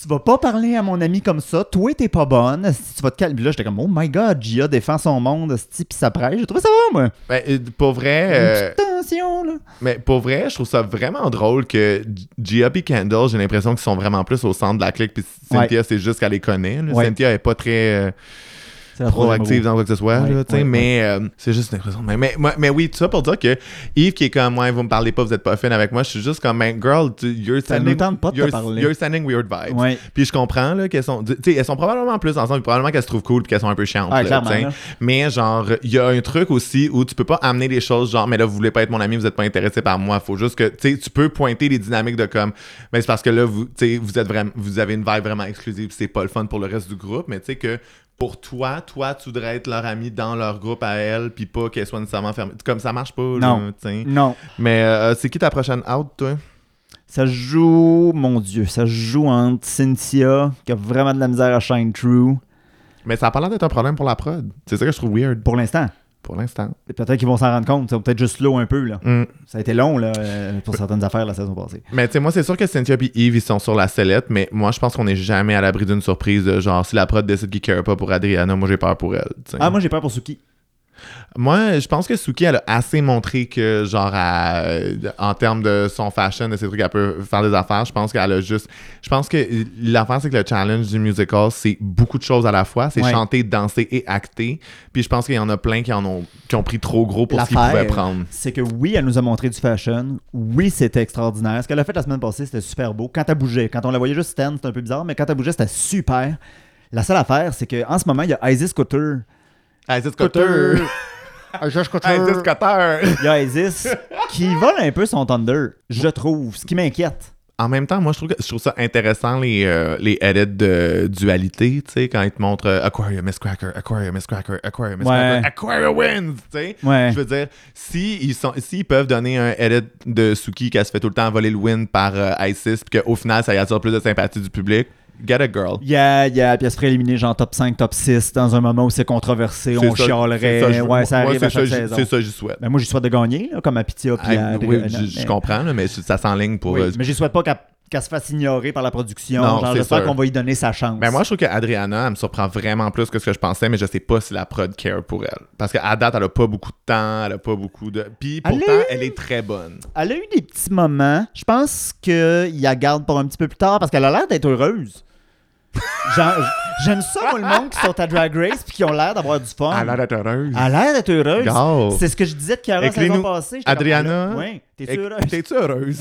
tu vas pas parler à mon ami comme ça. Toi, t'es pas bonne. esti, Tu vas te calmer. Puis Là, j'étais comme Oh my god, Gia défend son monde, esti, puis ça prêche. J'ai trouvé ça bon, moi.
Ben, euh, pour vrai. euh,
Une petite tension, là.
Mais pour vrai, je trouve ça vraiment drôle que G- Gia et Kendall, j'ai l'impression qu'ils sont vraiment plus au centre de la clique. Puis Cynthia, c'est juste qu'elle les connaît. là.
Ouais.
Cynthia est pas très euh,
C'est la troisième
proactive
roue.
dans quoi que ce soit.
Ouais,
là, tu sais,
ouais,
mais euh, c'est juste une impression. Mais, mais, moi- mais oui, tout ça pour dire que Yves qui est comme, ouais, vous me parlez pas, vous êtes pas fine avec moi. Je suis juste comme, man, girl, tu- you're
Ça nous
sending,
tente pas de te
you're,
parler.
you're sending weird vibes.
Ouais.
Puis je comprends là, qu'elles sont. Tu sais, elles sont probablement plus ensemble, puis probablement qu'elles se trouvent cool puis qu'elles sont un peu chiantes.
Ah,
là,
clairement,
tu sais.
là.
Mais genre, il y a un truc aussi où tu peux pas amener les choses genre, mais là, vous voulez pas être mon ami, vous êtes pas intéressé par moi. Faut juste que, tu sais, tu peux pointer les dynamiques de comme, mais c'est parce que là, vous, tu sais, vous êtes vraiment, vous avez une vibe vraiment exclusive, c'est pas le fun pour le reste du groupe, mais tu sais que. Pour toi, toi, tu voudrais être leur ami dans leur groupe à elle, puis pas qu'elle soit nécessairement fermée. Comme ça marche pas, là,
Non.
tu sais.
Non.
Mais euh, c'est qui ta prochaine out, toi?
Ça joue, mon Dieu, ça joue entre Cynthia, qui a vraiment de la misère à Shine True,
Mais ça a pas l'air d'être un problème pour la prod. C'est ça que je trouve weird
pour l'instant.
pour l'instant.
Peut-être qu'ils vont s'en rendre compte. C'est peut-être juste slow un peu. Là.
Mm.
Ça a été long là, euh, pour certaines affaires la saison passée.
Mais tu sais, moi, c'est sûr que Cynthia et Yves, ils sont sur la sellette, mais moi, je pense qu'on n'est jamais à l'abri d'une surprise. De, genre, si la prod décide qu'il ne pas pour Adriana, moi, j'ai peur pour elle. tu sais.
Ah, moi j'ai peur pour Suki.
Moi, je pense que Suki, elle a assez montré que, genre, elle- en termes de son fashion, de ses trucs, elle peut faire des affaires. Je pense qu'elle a juste. Je pense que l'affaire, c'est que le challenge du musical, c'est beaucoup de choses à la fois. C'est
Ouais.
chanter, danser et acter. Puis je pense qu'il y en a plein qui en ont, qui ont pris trop gros pour ce qu'ils
L'affaire,
pouvaient prendre.
C'est que oui, elle nous a montré du fashion. Oui, c'était extraordinaire. Ce qu'elle a fait la semaine passée, c'était super beau. Quand elle bougeait, quand on la voyait juste stand, c'était un peu bizarre, mais quand elle bougeait, c'était super. La seule affaire, c'est qu'en ce moment, il y a Isis Cutter.
Isis
Cutter. (laughs)
Cutter!
Ah,
Isis Cutter!
Il y a
(laughs)
Isis qui vole un peu son thunder, je trouve. Ce qui m'inquiète.
En même temps, moi, je trouve, que- je trouve ça intéressant, les, euh, les edits de dualité, tu sais, quand ils te montrent euh, Aquarium is Cracker, Aquarium is Cracker, Aquarium is
Ouais.
Cracker, Aquarium wins, tu sais.
Ouais.
Je veux dire, si ils, sont, si ils peuvent donner un edit de Suki qui se fait tout le temps voler le win par euh, ISIS, puis qu'au final, ça y attire plus de sympathie du public, get a girl.
Il y a, il y a, puis elle se ferait éliminer genre top 5, top 6 dans un moment où c'est controversé, on
C'est ça-
chialerait.
c'est je-
ouais, ça
moi,
arrive
c'est
à chaque
ça, je-
saison.
C'est ça, que je souhaite.
Ben moi, j'y souhaite de gagner, là, comme à Pitya puis à
Ah, oui,
Adriana,
je, je
mais-
comprends, là, mais ça s'enligne pour...
Oui,
euh,
mais j'y souhaite pas qu'elle qu'elle se fasse ignorer par la production.
Non,
Genre,
c'est
J'espère
sûr.
qu'on va lui donner sa chance.
Ben moi, je trouve que Adriana, elle me surprend vraiment plus que ce que je pensais, mais je sais pas si la prod care pour elle. Parce qu'à date, elle a pas beaucoup de temps, elle a pas beaucoup de. Puis pourtant,
Allez!
elle est très bonne.
Elle a eu des petits moments. Je pense qu'il la garde pour un petit peu plus tard parce qu'elle a l'air d'être
(laughs)
heureuse. Genre, J'aime ça, moi, le monde qui sont à Drag Race puis qui ont l'air d'avoir du fun.
Elle a l'air heureuse.
Ah. Elle a l'air d'être heureuse.
Gare.
C'est ce que je disais de Cara la saison
Écris-nous.
passée. J'étais comme,
Adriana?
là, Oui, t'es
Hey,
heureuse.
T'es-tu heureuse?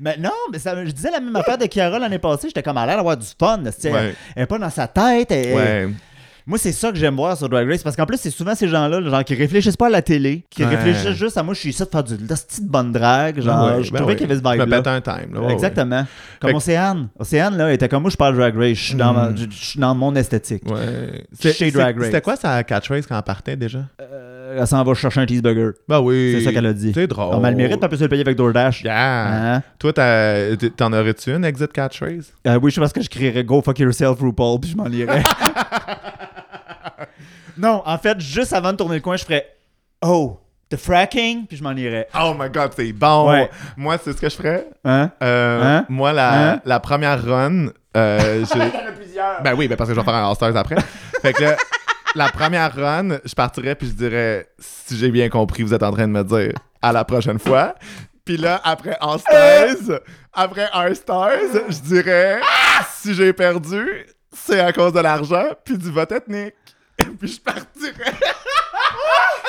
Mais non, mais ça- je disais la même affaire de Chiara l'année passée. J'étais comme, elle a l'air d'avoir du fun. là, tu sais.
Ouais.
Elle n'est pas dans sa tête. elle-
ouais.
Moi, c'est ça que j'aime voir sur Drag Race parce qu'en plus, c'est souvent ces gens-là, le genre qui réfléchissent pas à la télé, qui
Ouais.
réfléchissent juste à moi, je suis ici de faire du de la petite bonne drague. Genre,
Ouais,
je
ben
trouvais
ouais.
qu'il y avait ce
Je me
vibe
pète un time. là, ouais, ouais.
Exactement. Comme
Fait que- Mm.
Océane. Océane, là, elle était comme moi, je parle Drag Race. Je suis dans, ma- je- je suis dans mon esthétique.
Ouais.
Chez
C'est-
Drag
c'est-
Race.
C'était quoi sa catchphrase quand elle partait déjà?
Euh, elle s'en va chercher un cheeseburger.
Bah oui.
C'est ça qu'elle a dit.
C'est drôle.
On a le mérite, pas plus se le payer avec DoorDash.
Oh. Yeah.
Hein?
hein. Toi, t'as- t- t'en aurais-tu une exit catchphrase?
Euh, oui, je pense que je crierais Go fuck yourself, RuPaul, puis je m'en
(laughs)
lirais. non, en fait, juste avant de tourner le coin, je ferais Oh, the fracking, puis je m'en lirais.
Oh my god, c'est bon!
Ouais.
Moi, c'est ce que je ferais.
Hein?
Euh,
Hein?
Moi, la,
Hein?
la première run, euh, j'ai- Ben oui, ben parce que je vais faire un All-Stars après. fait que là, la première run, je partirais puis je dirais si j'ai bien compris, vous êtes en train de me dire à la prochaine fois. Puis là, après All-Stars, après All-Stars, je dirais si j'ai perdu, c'est à cause de l'argent puis du vote ethnique. (laughs) puis je partirais. (laughs)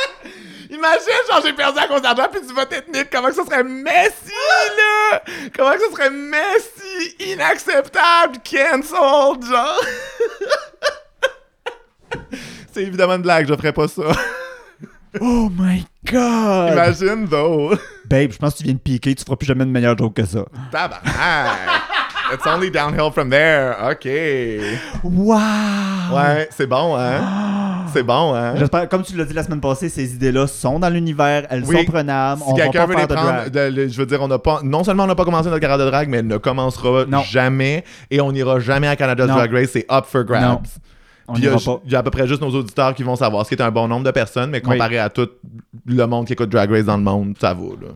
Imagine, genre, j'ai perdu à cause d'argent puis du vote ethnique. Comment que ça serait Messi, là? Comment que ça serait Messi? Inacceptable, cancelled, genre. (laughs) C'est évidemment une blague, je ferais pas ça.
Oh my god!
Imagine, though.
Babe, je pense que tu viens de piquer, tu feras plus jamais de meilleur joke que ça.
Tabarnak. It's only downhill from there. OK.
Wow!
Ouais, c'est bon, hein? C'est bon, hein?
J'espère, comme tu l'as dit la semaine passée, ces idées-là sont dans l'univers, elles
Oui.
sont prenables,
Si
on va pas
quelqu'un veut
faire
les
de
prendre,
drag.
de- le- je veux dire, on n'a pas, non seulement on n'a pas commencé notre carrière de drague, mais elle ne commencera
Non.
jamais et on n'ira jamais à Canada's
Non.
Drag Race, c'est up for grabs.
Non. On
Puis il y, a-
n'ira pas.
il y a à peu près juste nos auditeurs qui vont savoir, ce qui est un bon nombre de personnes, mais comparé à tout le monde qui écoute Drag Race dans le monde, ça vaut. Là.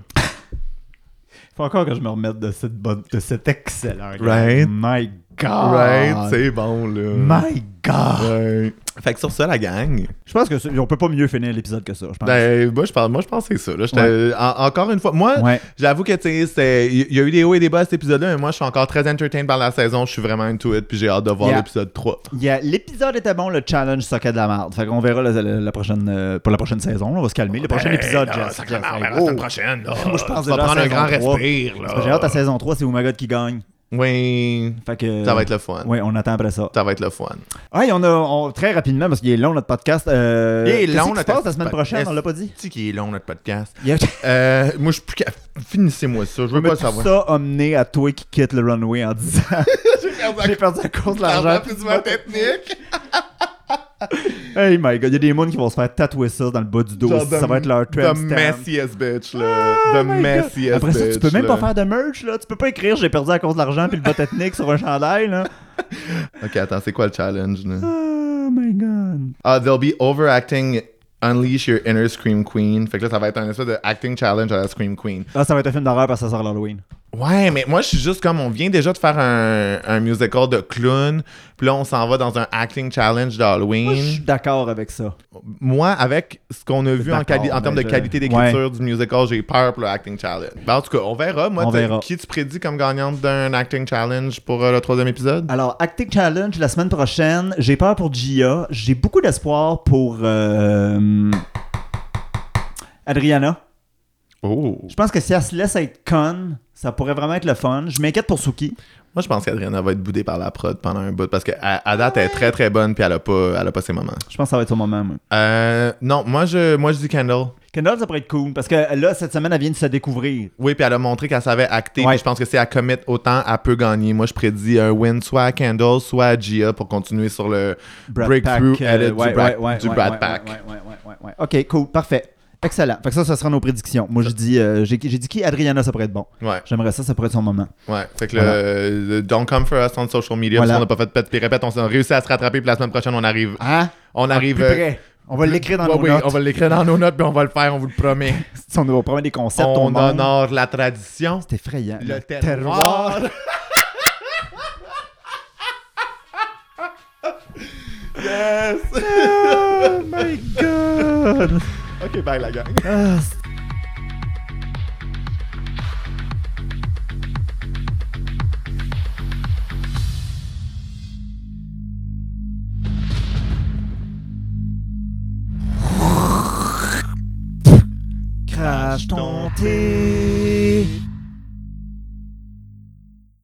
Faut encore que je me remette de cette bonne, de cet excellent. gars.
Right.
My god!
Right, c'est bon. là.
My god!
Ouais. Fait que sur ça, la gang.
Je pense que c'est- on peut pas mieux finir l'épisode que ça, je pense.
Ben, moi, je pense, moi, je pense que c'est ça. là. J'étais- en- encore une fois, moi,
Ouais.
j'avoue que, tu sais, c'était- il y a eu des hauts et des bas à cet épisode-là, mais moi, je suis encore très entertained par la saison. Je suis vraiment into it, puis j'ai hâte de voir
Yeah.
l'épisode 3.
Il y a- L'épisode était bon, le challenge socket de la merde. Fait qu'on verra la, la- la prochaine, euh, pour la prochaine saison. Ben, là, on va se calmer. Le prochain
Hey,
épisode,
là,
Jess.
sacrément,
Jess,
ben,
hey,
la semaine
oh.
prochaine, là.
Moi, je pense
Tu vas
déjà à
prendre un
saison
grand
3.
respire,
Parce que J'ai hâte à
là.
saison 3, c'est Oh My God qui gagne.
Oui,
Fait que,
ça va être le fun.
Oui, on attend après ça.
Ça va être le fun.
Hey, on a, on- très rapidement, parce qu'il est long notre podcast. Euh,
Il est
qu'est-ce
long,
qui se
notre
passe la semaine
podcast.
prochaine, on l'a pas dit.
C'est qui est long, notre podcast.
Il y a
Euh, moi, je suis plus qu'à- Finissez-moi ça, je veux pas
tout
le savoir.
ça amené à toi qui quitte le runway en disant
(laughs)
(laughs) J'ai perdu à cause de l'argent.
plus ma technique.
Hey my god, il y a des mondes qui vont se faire tatouer ça dans le bas du dos.
Genre
aussi.
the-
ça va être leur
The
tramp stamp.
messiest bitch, là. The
My God.
messiest bitch.
Après ça, tu peux même
là.
pas faire de merch, là. Tu peux pas écrire j'ai perdu à cause de l'argent puis le
(laughs)
bas technique sur un chandail, là.
Ok, attends, c'est quoi le challenge, là?
Oh my god.
Ah, they'll be overacting. Unleash your inner Scream Queen. Fait que là, ça va être un espèce de acting challenge à la Scream Queen.
Ah, ça va être un film d'horreur parce que ça sort l'Halloween.
Ouais, mais moi, je suis juste comme, on vient déjà de faire un, un musical de clown, puis là, on s'en va dans un acting challenge
Moi, je suis
d'Halloween.
d'accord avec ça.
Moi, avec ce qu'on a vu en,
D'accord,
quali- en termes de
mais je-
qualité d'écriture du musical, j'ai peur pour le acting challenge. Ben, en tout cas, on verra. Moi,
On
t'as-
verra.
qui tu prédis comme gagnante d'un acting challenge pour euh, le troisième épisode?
Alors, Acting Challenge la semaine prochaine. J'ai peur pour Gia. J'ai beaucoup d'espoir pour. euh, Adriana.
Oh!
Je pense que si elle se laisse être conne, ça pourrait vraiment être le fun. Je m'inquiète pour Suki.
Moi, je pense qu'Adriana va être boudée par la prod pendant un bout parce qu'à à date, elle est très très bonne puis elle a pas, elle a pas ses moments.
Je pense que ça va être au moment, moi.
Euh, non, moi je, moi, je dis Kendall.
Kendall, ça pourrait être cool parce que là, cette semaine, elle vient de se découvrir.
Oui, puis elle a montré qu'elle savait acter.
Ouais.
puis Je pense que si elle commit autant, elle peut gagner. Moi, je prédis un win soit à Kendall, soit à Gia pour continuer sur le
Brad
breakthrough
Pack, euh,
edit
ouais,
du,
ouais,
Brad-
ouais,
du
ouais,
Brad
ouais,
Pack.
ouais, ouais, ouais, ouais, ouais. Ok, cool, parfait. Excellent. Fait que ça, ça sera nos prédictions. Moi, je dis, euh, j'ai j'ai dit qui Adriana, ça pourrait être bon.
Ouais,
J'aimerais ça, ça pourrait être son moment.
ouais. Fait que
Voilà.
le, le Don't Come For Us on social media,
Voilà.
parce qu'on n'a pas fait de pète puis répète, on a réussi à se rattraper, puis la semaine prochaine, on arrive.
Hein?
On
Plus
arrive. euh,
près. On va l'écrire dans
ouais,
nos
oui,
notes.
on va l'écrire dans nos notes, puis on va le faire, on vous le promet.
On va prendre des concepts au
on
monde.
honore la tradition.
C'est effrayant.
Le terroir. (laughs) yes!
oh my god!
ok, bye la gang.
Ah, c'est- Crash ton thé.